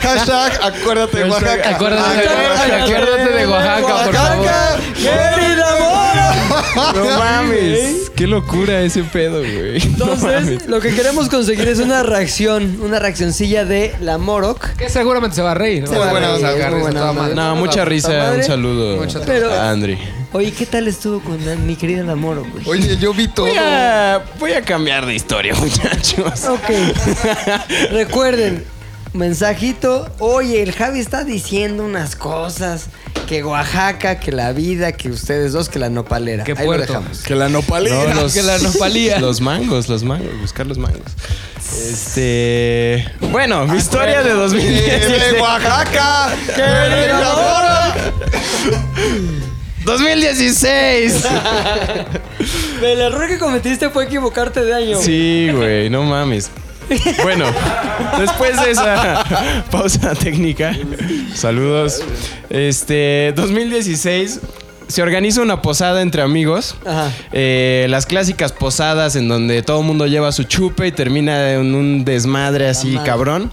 [SPEAKER 6] Hashtag acuérdate de Oaxaca.
[SPEAKER 3] Acuérdate,
[SPEAKER 2] Oaxaca.
[SPEAKER 3] acuérdate de Oaxaca, por favor.
[SPEAKER 2] ¡Querido amor!
[SPEAKER 7] No mames. Qué locura ese pedo, güey.
[SPEAKER 2] Entonces, lo que queremos conseguir es una reacción, una reaccioncilla de la Moroc.
[SPEAKER 3] Que seguramente se va a reír. ¿no?
[SPEAKER 6] Se va a
[SPEAKER 3] Va
[SPEAKER 6] reír,
[SPEAKER 3] sacar
[SPEAKER 6] muy
[SPEAKER 3] risa,
[SPEAKER 6] buena
[SPEAKER 3] toda
[SPEAKER 6] onda.
[SPEAKER 3] madre.
[SPEAKER 7] No,
[SPEAKER 3] Va-
[SPEAKER 7] mucha risa.
[SPEAKER 2] madre.
[SPEAKER 7] Un saludo
[SPEAKER 3] Mucha-
[SPEAKER 2] Pero-
[SPEAKER 7] a Andri.
[SPEAKER 2] Oye, ¿qué tal estuvo con la- mi querida la Moroc? güey?
[SPEAKER 6] Oye, yo vi todo.
[SPEAKER 7] Voy a, voy a cambiar de historia, muchachos.
[SPEAKER 2] Ok. Recuerden, mensajito. Oye, el Javi está diciendo unas cosas. Que Oaxaca, que la vida, que ustedes dos, que la nopalera.
[SPEAKER 3] Qué
[SPEAKER 2] Ahí lo
[SPEAKER 3] puerto.
[SPEAKER 2] dejamos.
[SPEAKER 4] Que la nopalera.
[SPEAKER 7] No, los,
[SPEAKER 3] que la nopalía.
[SPEAKER 7] Los mangos, los mangos, buscar los mangos. Este. Bueno, mi historia de 2016.
[SPEAKER 6] De Oaxaca. Querido amor.
[SPEAKER 7] 2016.
[SPEAKER 2] El error que cometiste fue equivocarte de año.
[SPEAKER 7] Sí, güey, no mames. Bueno, después de esa pausa técnica, saludos. Este, 2016 se organiza una posada entre amigos.
[SPEAKER 2] Ajá.
[SPEAKER 7] Eh, las clásicas posadas en donde todo el mundo lleva su chupe y termina en un desmadre así
[SPEAKER 2] madre.
[SPEAKER 7] cabrón.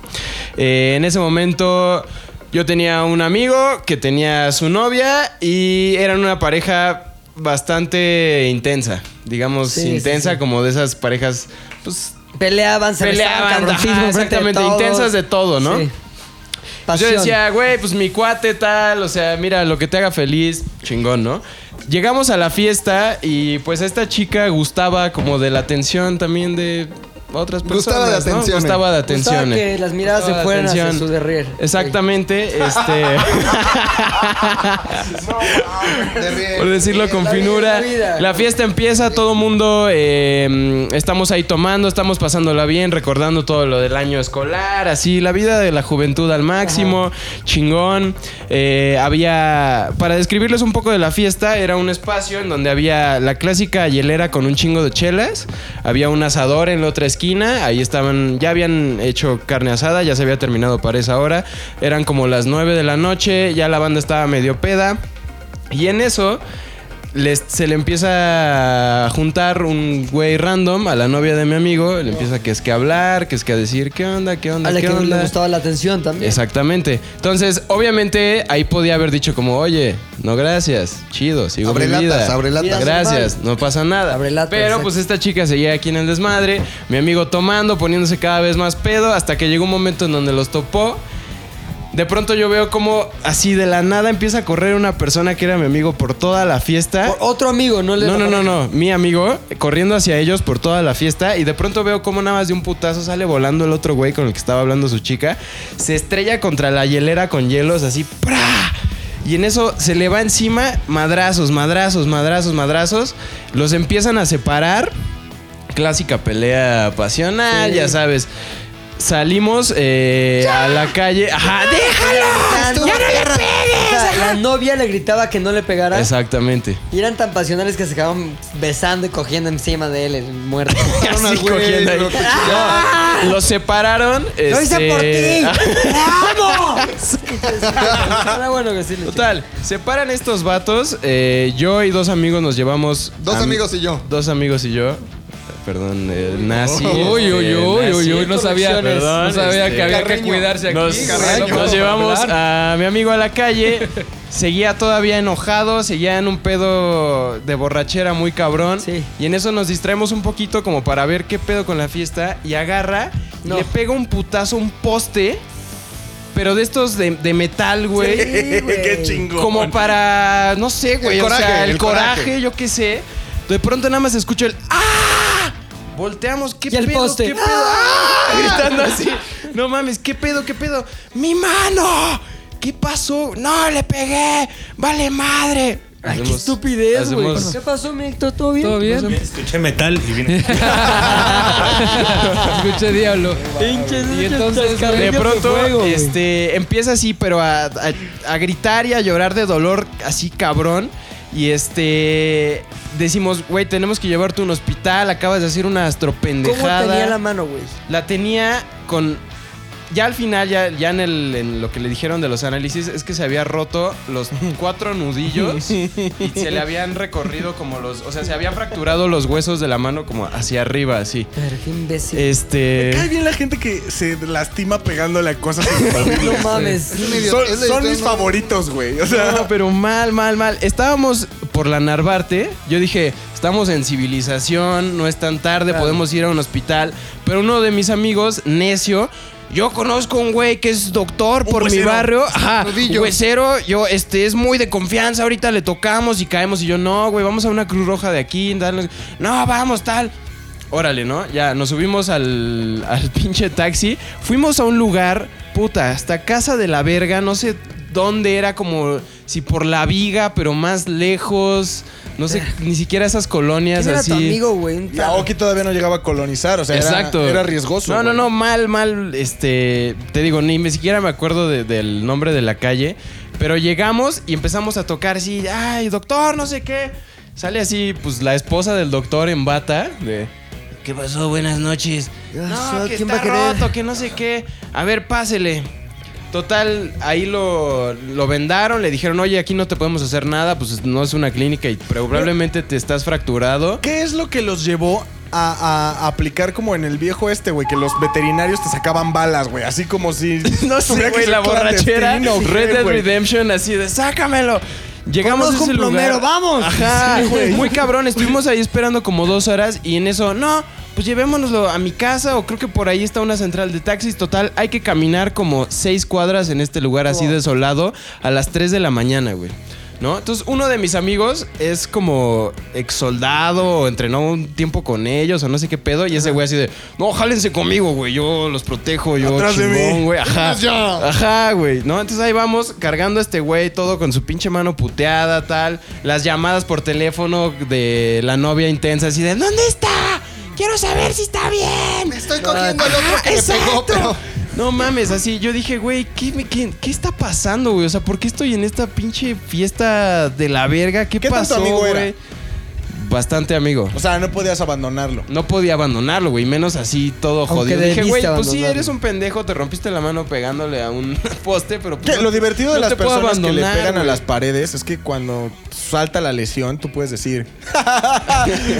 [SPEAKER 7] Eh, en ese momento yo tenía un amigo que tenía su novia y eran una pareja bastante intensa, digamos
[SPEAKER 2] Sí, sí,
[SPEAKER 7] intensa
[SPEAKER 2] sí.
[SPEAKER 7] como de esas parejas pues
[SPEAKER 2] Peleaban, se besaban,
[SPEAKER 7] peleaban,
[SPEAKER 2] cabroncísimo
[SPEAKER 7] ajá,
[SPEAKER 2] enfrente
[SPEAKER 7] exactamente
[SPEAKER 2] todos.
[SPEAKER 7] intensas de todo, ¿no?
[SPEAKER 2] Sí.
[SPEAKER 7] Pues
[SPEAKER 2] Pasión.
[SPEAKER 7] Yo decía, güey, pues mi cuate tal, o sea, mira, lo que te haga feliz, chingón, ¿no? Llegamos a la fiesta y pues esta chica gustaba como de la atención también de otras personas.
[SPEAKER 6] Gustaba de
[SPEAKER 7] ¿no?
[SPEAKER 6] atenciones.
[SPEAKER 7] Gustaba
[SPEAKER 2] Gustaba
[SPEAKER 7] de atenciones.
[SPEAKER 2] que las miradas
[SPEAKER 7] Gustaba
[SPEAKER 2] se
[SPEAKER 7] de
[SPEAKER 2] fueran hacia
[SPEAKER 7] atención.
[SPEAKER 2] su derrier.
[SPEAKER 7] Exactamente, este, por decirlo con
[SPEAKER 2] La vida, la
[SPEAKER 7] finura,
[SPEAKER 2] vida.
[SPEAKER 7] la fiesta empieza, todo mundo eh, estamos ahí tomando, estamos pasándola bien, recordando todo lo del año escolar, así, la vida de la juventud al máximo, chingón. Eh, había, para describirles un poco de la fiesta, era un espacio en donde había la clásica hielera con un chingo de chelas, había un asador en la otra esquina, ahí estaban, ya habían hecho carne asada, ya se había terminado para esa hora, eran como las 9 de la noche, ya la banda estaba medio peda. Y en eso les- se le empieza a juntar un güey random a la novia de mi amigo. Le empieza que es que a hablar, que es que a decir qué onda, qué onda,
[SPEAKER 2] A la
[SPEAKER 7] qué
[SPEAKER 2] que no
[SPEAKER 7] onda.
[SPEAKER 2] le gustaba la atención también.
[SPEAKER 7] Exactamente. Entonces, obviamente, ahí podía haber dicho como, oye, no gracias, chido, sigo
[SPEAKER 6] Abre
[SPEAKER 7] mi
[SPEAKER 6] latas,
[SPEAKER 7] vida.
[SPEAKER 6] abre latas.
[SPEAKER 7] Gracias, no pasa nada.
[SPEAKER 2] Abre latas,
[SPEAKER 7] Pero
[SPEAKER 2] exacto.
[SPEAKER 7] pues esta chica seguía aquí en el desmadre, mi amigo tomando, poniéndose cada vez más pedo, hasta que llegó un momento en donde los topó. De pronto yo veo como así de la nada empieza a correr una persona que era mi amigo por toda la fiesta.
[SPEAKER 2] Por otro amigo, no le
[SPEAKER 7] No, no, no, no. Mi amigo corriendo hacia ellos por toda la fiesta y de pronto veo como nada más de un putazo sale volando el otro güey con el que estaba hablando su chica. Se estrella contra la hielera con hielos así. ¡pra! Y en eso se le va encima madrazos, madrazos, madrazos, madrazos. Los empiezan a separar. Clásica pelea pasional, ya sabes. Salimos eh, a la calle. ¡Ajá! ¡Déjalo!
[SPEAKER 2] ¡Ya no le pegues! La novia le gritaba que no le pegara.
[SPEAKER 7] Exactamente.
[SPEAKER 2] Y eran tan pasionales que se acababan besando y cogiendo encima de él, el muerto.
[SPEAKER 7] Así
[SPEAKER 6] al güey,
[SPEAKER 7] cogiendo ahí.
[SPEAKER 6] lo cuchillaron.
[SPEAKER 7] No, Los separaron.
[SPEAKER 2] ¡Ah! ¡Lo hice por
[SPEAKER 7] este,
[SPEAKER 2] ti! ¡Te amo! Era bueno que sí le
[SPEAKER 7] Total, separan estos vatos. eh, yo y dos amigos nos llevamos.
[SPEAKER 6] Dos
[SPEAKER 7] a mi-
[SPEAKER 6] amigos y yo.
[SPEAKER 7] Dos amigos y yo. Perdón, eh, nazi.
[SPEAKER 3] Oh, Uy, uy,
[SPEAKER 7] eh,
[SPEAKER 3] uy,
[SPEAKER 7] nazi.
[SPEAKER 3] uy, uy, no sabía,
[SPEAKER 7] Perdón,
[SPEAKER 3] no sabía
[SPEAKER 7] este,
[SPEAKER 3] que había que
[SPEAKER 6] Carreño.
[SPEAKER 3] cuidarse aquí.
[SPEAKER 7] Nos,
[SPEAKER 2] eh,
[SPEAKER 6] Carreño.
[SPEAKER 7] nos llevamos a mi amigo a la calle. Seguía todavía enojado, seguía en un pedo de borrachera muy cabrón.
[SPEAKER 2] Sí.
[SPEAKER 7] Y en eso nos distraemos un poquito como para ver qué pedo con la fiesta. Y agarra, y
[SPEAKER 2] No.
[SPEAKER 7] le pega un putazo, un poste. Pero de estos de, de metal, güey.
[SPEAKER 4] Qué chingón.
[SPEAKER 7] Como para, no sé, güey.
[SPEAKER 6] El
[SPEAKER 7] o sea,
[SPEAKER 6] coraje,
[SPEAKER 7] el,
[SPEAKER 6] el
[SPEAKER 7] coraje,
[SPEAKER 6] coraje.
[SPEAKER 7] yo qué sé. De pronto nada más escucho el ¡Ah! Volteamos, ¿qué
[SPEAKER 2] Y el
[SPEAKER 7] pedo?
[SPEAKER 2] poste.
[SPEAKER 7] ¿Qué pedo? ¡Ah! Gritando así. No mames, ¿qué pedo? ¿Qué pedo? ¡Mi mano! ¿Qué pasó? ¡No, le pegué! ¡Vale madre!
[SPEAKER 2] Ay, qué
[SPEAKER 7] Hacemos-
[SPEAKER 2] estupidez, güey.
[SPEAKER 7] hacemos-
[SPEAKER 2] ¿Qué pasó, Micto? ¿Todo bien?
[SPEAKER 3] ¿Todo bien?
[SPEAKER 9] Escuché metal y vine.
[SPEAKER 3] Escuché diablo. Y entonces,
[SPEAKER 7] De pronto,
[SPEAKER 2] juego, güey.
[SPEAKER 7] este, empieza así, pero a, a- a gritar y a llorar de dolor, así cabrón. Y este, decimos, güey, tenemos que llevarte a un hospital, acabas de hacer una
[SPEAKER 2] ¿Cómo
[SPEAKER 7] astropendejada.
[SPEAKER 2] tenía la mano, güey?
[SPEAKER 7] La tenía con... Ya al final, ya, ya en, el- en lo que le dijeron de los análisis, es que se había roto los cuatro nudillos y se le habían recorrido como los... O sea, se habían fracturado los huesos de la mano como hacia arriba, así.
[SPEAKER 2] Pero qué imbécil.
[SPEAKER 7] Este...
[SPEAKER 4] Cae bien la gente que se lastima pegándole a cosas súper
[SPEAKER 2] no
[SPEAKER 4] horribles.
[SPEAKER 2] mames.
[SPEAKER 6] Es un idiota,
[SPEAKER 4] Son,
[SPEAKER 6] es la
[SPEAKER 4] son
[SPEAKER 6] historia,
[SPEAKER 4] mis
[SPEAKER 6] ¿no?
[SPEAKER 4] favoritos, güey. O sea,
[SPEAKER 7] No, pero mal, mal, mal. Estábamos por la Narvarte. Yo dije, estamos en civilización, no es tan tarde, podemos ir a un hospital. Pero uno de mis amigos, necio, yo conozco un güey que es doctor
[SPEAKER 4] Un
[SPEAKER 7] por mi
[SPEAKER 4] huesero.
[SPEAKER 7] barrio. Ajá,
[SPEAKER 6] Nudillo.
[SPEAKER 7] huesero. Yo, este, es muy de confianza. Ahorita le tocamos y caemos. Y yo, no, güey, vamos a una Cruz Roja de aquí. dale". No, vamos, tal. Órale, ¿no? Ya, nos subimos al, al pinche taxi. Fuimos a un lugar, puta, hasta casa de la verga, no sé dónde era, como si por la viga, pero más lejos. No sé, ni siquiera esas colonias
[SPEAKER 2] ¿Quién era
[SPEAKER 7] así.
[SPEAKER 2] tu amigo, güey? Un
[SPEAKER 4] la
[SPEAKER 2] tal-
[SPEAKER 4] Oki todavía no llegaba a colonizar. O sea, era-
[SPEAKER 7] Exacto.
[SPEAKER 4] Era, riesgoso.
[SPEAKER 7] No, no,
[SPEAKER 4] güey.
[SPEAKER 7] no, mal, mal. Este, te digo, ni me siquiera me acuerdo de- del nombre de la calle. Pero llegamos y empezamos a tocar así, ay, doctor, no sé qué. Sale así, pues la esposa del doctor en bata. de, ¿Qué pasó? Buenas noches. No,
[SPEAKER 2] Ay,
[SPEAKER 7] que
[SPEAKER 2] Ah, ¿quién va
[SPEAKER 7] está
[SPEAKER 2] a querer?
[SPEAKER 7] roto, que no sé qué. A ver, pásele. Total, ahí lo, lo vendaron, le dijeron, oye, aquí no te podemos hacer nada, pues no es una clínica y probablemente te estás fracturado.
[SPEAKER 4] ¿Qué es lo que los llevó a, a aplicar como en el viejo este, güey? Que los veterinarios te sacaban balas, güey. Así como si.
[SPEAKER 7] No sé,
[SPEAKER 4] tuviera que
[SPEAKER 7] güey,
[SPEAKER 4] ser
[SPEAKER 7] la borrachera.
[SPEAKER 4] clandestino, güey,
[SPEAKER 7] Red Dead
[SPEAKER 4] güey.
[SPEAKER 7] Redemption, así de, sácamelo. Llegamos
[SPEAKER 2] Conozco
[SPEAKER 7] a ese
[SPEAKER 2] un
[SPEAKER 7] lugar.
[SPEAKER 2] plomero, ¡vamos!
[SPEAKER 7] Ajá, muy cabrón. Estuvimos ahí esperando como dos horas y en eso, no, pues llevémonoslo a mi casa o creo que por ahí está una central de taxis. Total, hay que caminar como seis cuadras en este lugar así desolado a las 3 de la mañana, güey. ¿No? Entonces, uno de mis amigos es como ex soldado, o entrenó un tiempo con ellos, o no sé qué pedo, y ese güey así de, no, jálense conmigo, güey, yo los protejo, yo
[SPEAKER 4] Atrás de mí.
[SPEAKER 7] chingón, güey, ajá. Ajá, güey, ¿no? Entonces ahí vamos cargando a este güey todo con su pinche mano puteada, tal. Las llamadas por teléfono de la novia intensa, así de, ¿dónde está? Quiero saber si está bien.
[SPEAKER 6] Estoy cogiendo al otro que me pegó, pero.
[SPEAKER 7] No mames, así yo dije, güey, ¿qué, me- qué, qué está pasando, güey? O sea, ¿por qué estoy en esta pinche fiesta de la verga? ¿Qué,
[SPEAKER 4] ¿Qué tanto
[SPEAKER 7] pasó,
[SPEAKER 4] amigo era?
[SPEAKER 7] güey? Bastante amigo.
[SPEAKER 4] O sea, no podías abandonarlo.
[SPEAKER 7] No podía abandonarlo, güey, menos así todo
[SPEAKER 2] Aunque
[SPEAKER 7] jodido. Dije,
[SPEAKER 2] debiste
[SPEAKER 7] güey, pues sí,
[SPEAKER 2] abandonarlo.
[SPEAKER 7] eres un pendejo, te rompiste la mano pegándole a un poste, pero pues
[SPEAKER 4] Que
[SPEAKER 7] no-
[SPEAKER 4] lo divertido de
[SPEAKER 7] no
[SPEAKER 4] las
[SPEAKER 7] te puedo
[SPEAKER 4] personas que le
[SPEAKER 7] abandonar,
[SPEAKER 4] pegan a
[SPEAKER 7] güey.
[SPEAKER 4] las paredes es que cuando salta la lesión, tú puedes decir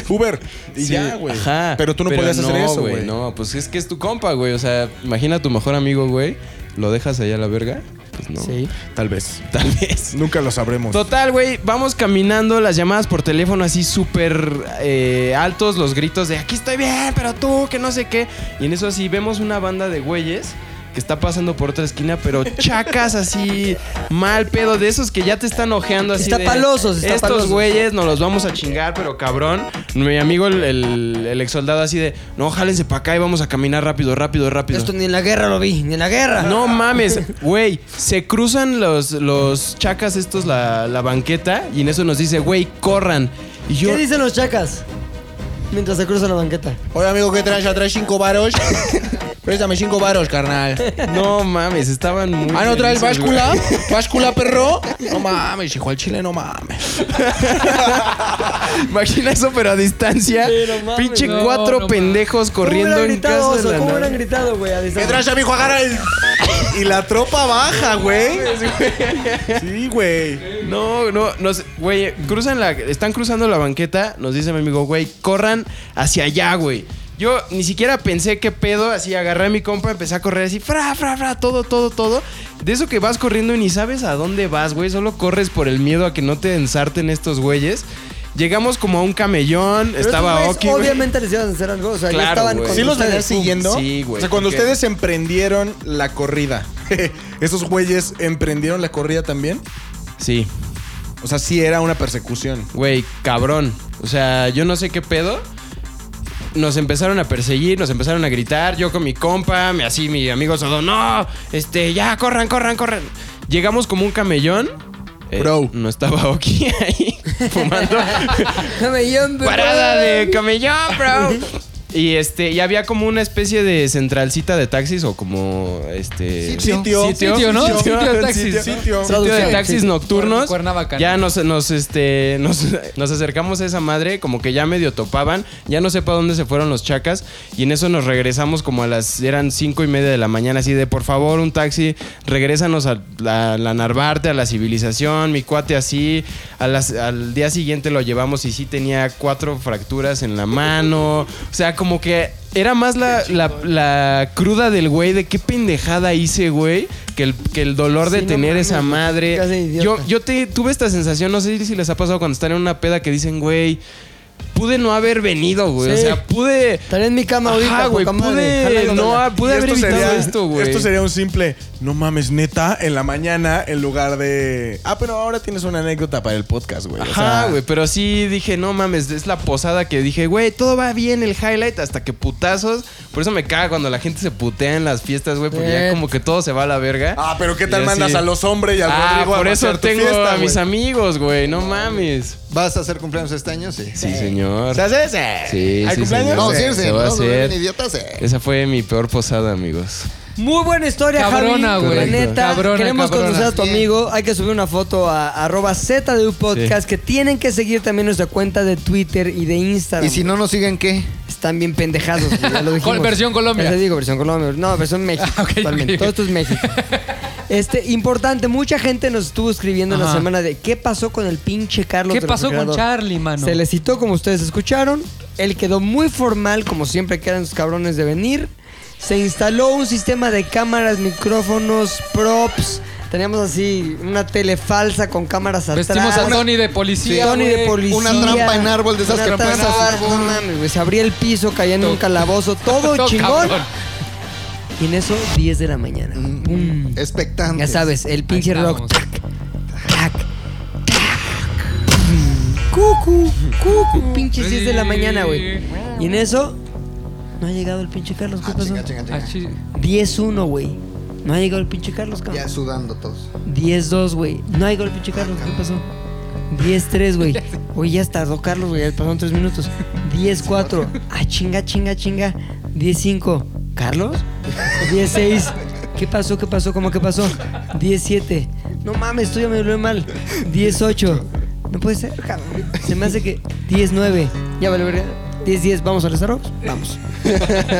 [SPEAKER 4] Uber y
[SPEAKER 7] Sí,
[SPEAKER 4] ya, güey.
[SPEAKER 7] ajá.
[SPEAKER 4] Pero tú no podías hacer eso, güey.
[SPEAKER 7] No, pues es que es tu compa, güey. O sea, imagina a tu mejor amigo, güey. ¿Lo dejas allá a la verga? Pues no.
[SPEAKER 2] Sí.
[SPEAKER 4] Tal vez.
[SPEAKER 7] Tal vez.
[SPEAKER 4] Nunca lo sabremos.
[SPEAKER 7] Total, güey, vamos caminando, las llamadas por teléfono así súper eh, altos, los gritos de aquí estoy bien, pero tú, que no sé qué. Y en eso así vemos una banda de güeyes que está pasando por otra esquina, pero chacas así, mal pedo, de esos que ya te están ojeando así.
[SPEAKER 2] Está
[SPEAKER 7] de,
[SPEAKER 2] palosos, está
[SPEAKER 7] Estos
[SPEAKER 2] palosos".
[SPEAKER 7] güeyes nos los vamos a chingar, pero cabrón. Mi amigo, el, el, el ex soldado así de, no, jálense para acá y vamos a caminar rápido, rápido, rápido.
[SPEAKER 2] Esto ni en la guerra lo vi, ni en la guerra.
[SPEAKER 7] No mames, güey. Se cruzan los, los chacas estos, la, la banqueta, y en eso nos dice, güey, corran. Y yo,
[SPEAKER 2] ¿Qué dicen los chacas? mientras se cruza la banqueta.
[SPEAKER 4] Oye, amigo, ¿qué traes? ¿Ya traes cinco varos? Préstame cinco varos, carnal.
[SPEAKER 7] No mames, estaban muy.
[SPEAKER 4] Ah, ¿no traes
[SPEAKER 7] felices, güey.
[SPEAKER 4] báscula? ¿Báscula, perro? No mames, hijo al chile, no mames.
[SPEAKER 7] Imagina eso, pero a distancia.
[SPEAKER 2] Sí, no mames.
[SPEAKER 7] Pinche
[SPEAKER 3] No,
[SPEAKER 7] cuatro
[SPEAKER 3] no
[SPEAKER 7] pendejos corriendo
[SPEAKER 2] ¿Cómo hubieran
[SPEAKER 7] en
[SPEAKER 2] gritado,
[SPEAKER 7] casa de
[SPEAKER 2] oso?
[SPEAKER 7] la
[SPEAKER 2] ¿Cómo hubieran
[SPEAKER 7] nave.
[SPEAKER 2] gritado, güey? a
[SPEAKER 4] ¿Qué
[SPEAKER 2] distancia?
[SPEAKER 4] traes, amigo? Agarra el... Y la tropa baja, güey. Sí, güey.
[SPEAKER 7] No, no, no sé. Güey, cruzan la. Están cruzando la banqueta. Nos dice mi amigo, güey, corran hacia allá, güey. Yo ni siquiera pensé qué pedo, así agarré a mi compa, empecé a correr así, fra, fra, fra, todo, todo, todo. De eso que vas corriendo y ni sabes a dónde vas, güey, solo corres por el miedo a que no te ensarten estos güeyes. Llegamos como a un camellón,
[SPEAKER 2] Pero
[SPEAKER 7] estaba
[SPEAKER 2] estos
[SPEAKER 7] Oki.
[SPEAKER 2] güey,
[SPEAKER 7] güey.
[SPEAKER 2] Obviamente les iban a hacer algo. O sea, ya
[SPEAKER 7] Claro,
[SPEAKER 2] estaban
[SPEAKER 7] güey.
[SPEAKER 2] con
[SPEAKER 4] ¿Sí los
[SPEAKER 2] ustedes.
[SPEAKER 4] venían siguiendo?
[SPEAKER 7] Sí, güey,
[SPEAKER 4] O sea, cuando
[SPEAKER 7] porque-
[SPEAKER 4] ustedes emprendieron la corrida, ¿esos güeyes emprendieron la corrida también?
[SPEAKER 7] Sí.
[SPEAKER 4] O sea, sí era una persecución.
[SPEAKER 7] Güey, cabrón. O sea, yo no sé qué pedo. Nos empezaron a perseguir, nos empezaron a gritar. Yo con mi compa, mi- así mi amigo Sodo, no, este, ya, corran, corran, corran. Llegamos como un camellón. Eh,
[SPEAKER 4] Bro.
[SPEAKER 7] No estaba Oki ahí fumando.
[SPEAKER 2] Camellón, bro.
[SPEAKER 7] Parada de camellón, bro. Y este, y había como una especie de centralcita de taxis o como este.
[SPEAKER 4] Sitio.
[SPEAKER 7] Sitio,
[SPEAKER 3] Sitio, ¿no?
[SPEAKER 7] sitio,
[SPEAKER 3] Sitio de
[SPEAKER 4] Sitio.
[SPEAKER 3] taxis.
[SPEAKER 4] Sitio.
[SPEAKER 7] sitio de
[SPEAKER 2] Traducción,
[SPEAKER 7] taxis
[SPEAKER 2] sí.
[SPEAKER 7] nocturnos.
[SPEAKER 3] Cuernavaca,
[SPEAKER 7] Ya
[SPEAKER 3] ¿no?
[SPEAKER 7] nos, nos, este, nos, nos acercamos a esa madre, como que ya medio topaban. Ya no sé para dónde se fueron los chacas. Y en eso nos regresamos como a las. Eran cinco y media de la mañana, así de por favor, un taxi, regrésanos a la, la Narvarte, a la civilización. Mi cuate así. A las- al día siguiente lo llevamos y sí tenía cuatro fracturas en la mano. O sea, como que. Era más la, la- la cruda del güey de qué pendejada hice, güey, que el, que el dolor de
[SPEAKER 2] Sí, no
[SPEAKER 7] tener
[SPEAKER 2] mames,
[SPEAKER 7] esa
[SPEAKER 2] güey,
[SPEAKER 7] madre.
[SPEAKER 2] casi idiota.
[SPEAKER 7] Yo, yo te, tuve esta sensación, no sé si les ha pasado cuando están en una peda que dicen, güey, pude no haber venido, güey. O
[SPEAKER 2] Sí.
[SPEAKER 7] sea, pude.
[SPEAKER 2] Estaré en mi cama ahorita,
[SPEAKER 7] Ajá, güey,
[SPEAKER 2] poca madre. Jala,
[SPEAKER 7] pude,
[SPEAKER 2] jala,
[SPEAKER 7] no,
[SPEAKER 2] jala.
[SPEAKER 7] ah, pude
[SPEAKER 4] Y
[SPEAKER 7] haber evitado esto, güey.
[SPEAKER 4] Esto sería un simple, no mames, neta, en la mañana, en lugar de. Ah, pero ahora tienes una anécdota para el podcast, güey. O
[SPEAKER 7] Ajá,
[SPEAKER 4] sea,
[SPEAKER 7] güey, pero sí dije, no mames, es la posada que dije, güey, todo va bien el highlight hasta que putazos. Por eso me caga cuando la gente se putea en las fiestas, güey, porque ya
[SPEAKER 2] Eh.
[SPEAKER 7] como que todo se va a la verga.
[SPEAKER 4] Ah, pero ¿qué tal
[SPEAKER 7] Y así-
[SPEAKER 4] mandas a los hombres y al
[SPEAKER 7] Ah,
[SPEAKER 4] Rodrigo a
[SPEAKER 7] por eso
[SPEAKER 4] vaciar tu
[SPEAKER 7] tengo
[SPEAKER 4] fiesta,
[SPEAKER 7] a mis
[SPEAKER 4] güey?
[SPEAKER 7] amigos, güey, no mames.
[SPEAKER 6] ¿Vas a hacer cumpleaños este año? Sí.
[SPEAKER 7] Sí, señor.
[SPEAKER 4] ¿Se hace ese?
[SPEAKER 7] Sí,
[SPEAKER 4] ¿Hay
[SPEAKER 7] sí,
[SPEAKER 4] cumpleaños?
[SPEAKER 7] señor.
[SPEAKER 6] No, sí,
[SPEAKER 7] Se-
[SPEAKER 6] sí,
[SPEAKER 7] se va a
[SPEAKER 6] no, se vuelven
[SPEAKER 7] hacer.
[SPEAKER 6] idiotas, eh.
[SPEAKER 7] Esa fue mi peor posada, amigos.
[SPEAKER 2] Muy buena historia,
[SPEAKER 3] Cabrona,
[SPEAKER 2] Javi.
[SPEAKER 3] güey.
[SPEAKER 2] La neta,
[SPEAKER 3] Cabrona,
[SPEAKER 2] queremos
[SPEAKER 3] cabrona.
[SPEAKER 2] conocer a tu
[SPEAKER 6] Bien.
[SPEAKER 2] amigo. Hay que subir una foto a arroba ZDU Podcast que tienen que seguir también nuestra cuenta de Twitter y de Instagram.
[SPEAKER 6] Y si no nos siguen, ¿qué?
[SPEAKER 2] Están bien pendejados, güey, ya lo dijimos.
[SPEAKER 3] Versión Colombia.
[SPEAKER 2] Ya te digo, versión Colombia. No, versión México.
[SPEAKER 3] Ah, ok,
[SPEAKER 2] totalmente.
[SPEAKER 3] ok.
[SPEAKER 2] Todo esto es México. Este, importante, mucha gente nos estuvo escribiendo en la
[SPEAKER 3] Ajá.
[SPEAKER 2] semana de qué pasó con el pinche Carlos
[SPEAKER 3] ¿Qué pasó con
[SPEAKER 2] Refrigerador?
[SPEAKER 3] Charlie, mano?
[SPEAKER 2] Se le citó, como ustedes escucharon. Él quedó muy formal, como siempre que eran sus cabrones de venir. Se instaló un sistema de cámaras, micrófonos, props. Teníamos así una tele falsa con cámaras atrás.
[SPEAKER 3] Pues Vestimos a Tony de policía.
[SPEAKER 2] Tony de
[SPEAKER 3] güey.
[SPEAKER 2] policía.
[SPEAKER 6] Una trampa en árbol, de esas
[SPEAKER 2] Una
[SPEAKER 6] trampas en
[SPEAKER 2] trampa en
[SPEAKER 6] árbol.
[SPEAKER 2] árbol, No mames, güey. Se abría el piso, caía en un calabozo. Todo
[SPEAKER 3] Todo
[SPEAKER 2] chingón.
[SPEAKER 3] cabrón.
[SPEAKER 2] Y en eso, 10 de la mañana.
[SPEAKER 6] Mm.
[SPEAKER 2] Pum.
[SPEAKER 6] Expectante.
[SPEAKER 2] Mm. Ya sabes, el pinche
[SPEAKER 3] Ahí
[SPEAKER 2] rock.
[SPEAKER 3] estábamos.
[SPEAKER 2] Tac, tac. Cucu, cucu. Pinches 10 de la mañana, güey. Y en eso, no ha llegado el pinche Carlos. ¿Qué
[SPEAKER 6] Ah,
[SPEAKER 2] pasó?
[SPEAKER 6] chinga, chinga,
[SPEAKER 3] Ah,
[SPEAKER 6] chinga.
[SPEAKER 3] chi-
[SPEAKER 2] 10-1, güey. No ha llegado el pinche Carlos, cabrón.
[SPEAKER 6] Ya sudando todos.
[SPEAKER 2] 10-2, güey. No hay gol, pinche Carlos. ¿Qué pasó? 10-3, güey. Oye, ya tardó Carlos, güey. Ya pasaron 3 minutos. 10-4. Ah, chinga, chinga, chinga. 10-5. ¿Carlos? 10-6. ¿Qué pasó? ¿Qué pasó? ¿Cómo que pasó? 10-7. No mames, tú ya me duele mal. 10-8. No puede ser, cabrón. Se me hace que 10-9. Ya vale, verga. 10-10. ¿Vamos a los arrobos? Vamos.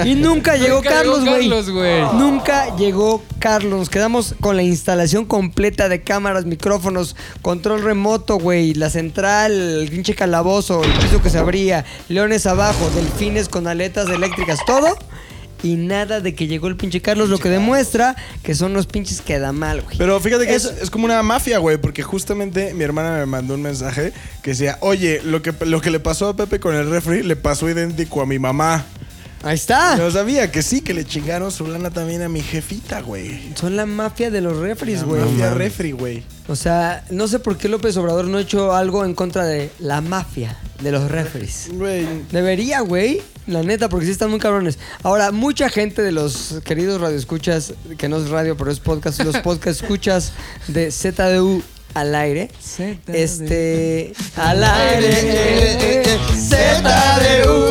[SPEAKER 2] Y nunca llegó
[SPEAKER 3] Nunca
[SPEAKER 2] Carlos,
[SPEAKER 3] llegó
[SPEAKER 2] güey.
[SPEAKER 3] Carlos, güey.
[SPEAKER 2] Nunca llegó Carlos. Nos quedamos con la instalación completa de cámaras, micrófonos, control remoto, güey. La central, el pinche calabozo, el piso que se abría, leones abajo, delfines con aletas eléctricas, todo. Y nada de que llegó el pinche Carlos, lo que demuestra que son los pinches que da mal, güey.
[SPEAKER 4] Pero fíjate que es,
[SPEAKER 2] Eso-
[SPEAKER 4] es como una mafia, güey, porque justamente mi hermana me mandó un mensaje que decía, oye, lo que, lo que le pasó a Pepe con el refri le pasó idéntico a mi mamá.
[SPEAKER 2] Ahí está.
[SPEAKER 4] Yo sabía que sí, que le chingaron su lana también a mi jefita, güey.
[SPEAKER 2] Son la mafia de los refries,
[SPEAKER 4] La
[SPEAKER 2] güey.
[SPEAKER 4] mafia refri, güey.
[SPEAKER 2] O sea, no sé por qué López Obrador no ha hecho algo en contra de la mafia de los refries.
[SPEAKER 4] Güey,
[SPEAKER 2] Debería, güey. La neta, porque sí están muy cabrones. Ahora, mucha gente de los queridos radioescuchas, que no es radio, pero es podcast, los podcast escuchas de ZDU al aire.
[SPEAKER 3] ZDU.
[SPEAKER 2] Este. Al aire. ZDU.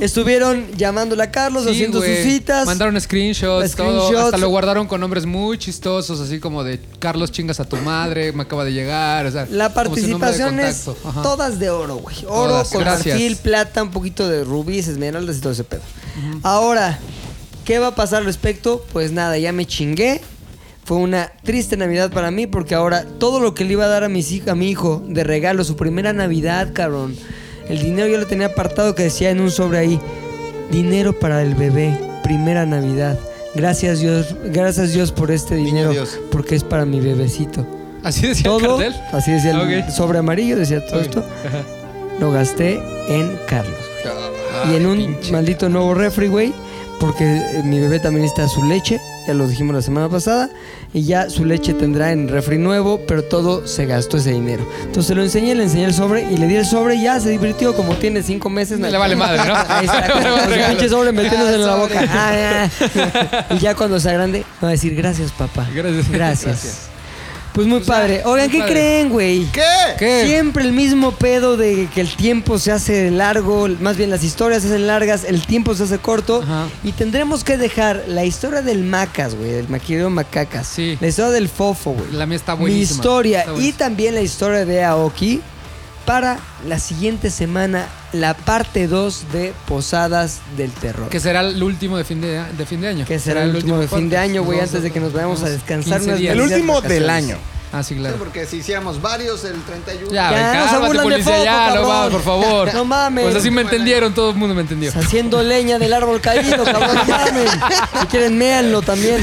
[SPEAKER 2] Estuvieron llamándole a Carlos,
[SPEAKER 3] Sí,
[SPEAKER 2] haciendo
[SPEAKER 3] güey.
[SPEAKER 2] sus citas.
[SPEAKER 3] Mandaron screenshots, todo.
[SPEAKER 2] Screenshots.
[SPEAKER 3] Hasta lo guardaron con nombres muy chistosos, así como de Carlos chingas a tu madre, me acaba de llegar. o sea,
[SPEAKER 2] La
[SPEAKER 3] como su nombre de
[SPEAKER 2] participación es
[SPEAKER 3] contacto. Ajá.
[SPEAKER 2] todas de oro, güey. Oro
[SPEAKER 3] Todas,
[SPEAKER 2] con
[SPEAKER 3] gracias.
[SPEAKER 2] marfil, plata, un poquito de rubíes, esmeraldas y todo ese pedo. Ahora, ¿qué va a pasar al respecto? Pues nada, ya me chingué. Fue una triste Navidad para mí porque ahora todo lo que le iba a dar a, mis hij- a mi hijo de regalo, su primera Navidad, cabrón. El dinero yo lo tenía apartado que decía en un sobre ahí. Dinero para el bebé, primera Navidad. Gracias Dios, gracias Dios por este dinero,
[SPEAKER 6] Dios.
[SPEAKER 2] porque es para mi bebecito
[SPEAKER 3] Así decía el
[SPEAKER 2] todo,
[SPEAKER 3] cartel.
[SPEAKER 2] así decía el
[SPEAKER 3] Ok.
[SPEAKER 2] sobre amarillo, decía todo
[SPEAKER 3] Ok.
[SPEAKER 2] esto, lo gasté en Carlos. güey. y en un maldito nuevo refri, güey, porque eh, mi bebé también está su leche, ya lo dijimos la semana pasada, y ya su leche tendrá en refri nuevo, pero todo se gastó ese dinero. Entonces se lo enseñé, le enseñé el sobre y le di el sobre y ya se divirtió, como tiene cinco meses.
[SPEAKER 3] Le vale madre, ¿no?
[SPEAKER 2] Ahí está,
[SPEAKER 3] Le
[SPEAKER 2] con
[SPEAKER 3] vale
[SPEAKER 2] los
[SPEAKER 3] regalo.
[SPEAKER 2] pinches sobres metiéndose en la boca. Ah, ah. y ya cuando sea grande, va a decir gracias, papá.
[SPEAKER 3] Gracias.
[SPEAKER 2] Gracias. Pues muy padre. Oigan,
[SPEAKER 3] muy
[SPEAKER 2] ¿qué
[SPEAKER 3] padre.
[SPEAKER 2] creen, güey?
[SPEAKER 6] ¿Qué?
[SPEAKER 3] ¿Qué?
[SPEAKER 2] Siempre el mismo pedo de que el tiempo se hace largo, más bien las historias se hacen largas, el tiempo se hace corto
[SPEAKER 3] Ajá.
[SPEAKER 2] y tendremos que dejar la historia del Macas, güey, del maquillero Macacas,
[SPEAKER 3] Sí.
[SPEAKER 2] la historia del Fofo, güey,
[SPEAKER 3] La mía está
[SPEAKER 2] mi
[SPEAKER 3] buenísima.
[SPEAKER 2] historia
[SPEAKER 3] Está
[SPEAKER 2] y
[SPEAKER 3] buenísima.
[SPEAKER 2] también la historia de Aoki para la siguiente semana, la parte 2 de Posadas del Terror.
[SPEAKER 3] Que será el último de fin de, de fin de año.
[SPEAKER 2] Que será el último de fin de año, güey, antes de que nos vayamos a descansar unas
[SPEAKER 3] unas
[SPEAKER 4] El
[SPEAKER 2] Felices
[SPEAKER 4] último del
[SPEAKER 2] vacaciones.
[SPEAKER 4] año.
[SPEAKER 3] Ah, sí,
[SPEAKER 6] Sí,
[SPEAKER 3] claro.
[SPEAKER 6] porque si hiciéramos varios el 31.
[SPEAKER 2] Ya,
[SPEAKER 3] Ya, güey,
[SPEAKER 2] no se
[SPEAKER 3] cálmate,
[SPEAKER 2] burlan de
[SPEAKER 3] policía,
[SPEAKER 2] Fofo,
[SPEAKER 3] ya, no
[SPEAKER 2] cabrón.
[SPEAKER 3] va, por favor.
[SPEAKER 2] No mames.
[SPEAKER 3] Pues así me entendieron, todo el mundo me entendió.
[SPEAKER 2] Haciendo leña del árbol caído, cabrón. llamen. Si quieren, méanlo también.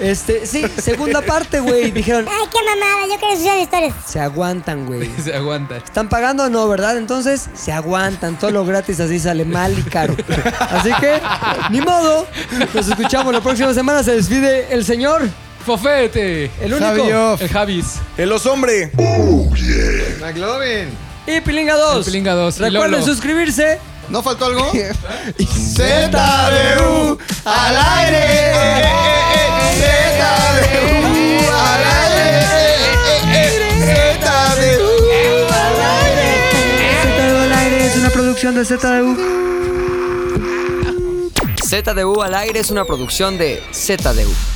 [SPEAKER 2] Este, sí, segunda parte, güey. Dijeron,
[SPEAKER 9] Ay, qué mamada, yo quiero escuchar historias.
[SPEAKER 2] se aguantan, güey.
[SPEAKER 3] Se aguanta.
[SPEAKER 2] ¿Están pagando o no, verdad? Entonces, se aguantan. Todo lo gratis así sale mal y caro. Así que, ni modo. Nos escuchamos la próxima semana. Se despide el señor,
[SPEAKER 3] Fofete.
[SPEAKER 2] el único.
[SPEAKER 4] Fabio.
[SPEAKER 3] El Javis.
[SPEAKER 4] El los hombre.
[SPEAKER 6] McLovin.
[SPEAKER 2] Y Pilinga 2.
[SPEAKER 3] El Pilinga 2. Y
[SPEAKER 2] Recuerden
[SPEAKER 3] Lolo.
[SPEAKER 2] suscribirse.
[SPEAKER 6] ¿No faltó algo?
[SPEAKER 4] ZDU al aire. ZDU al aire. ZDU.
[SPEAKER 2] ZDU al aire es una producción de ZDU. ZDU al aire es una producción de ZDU.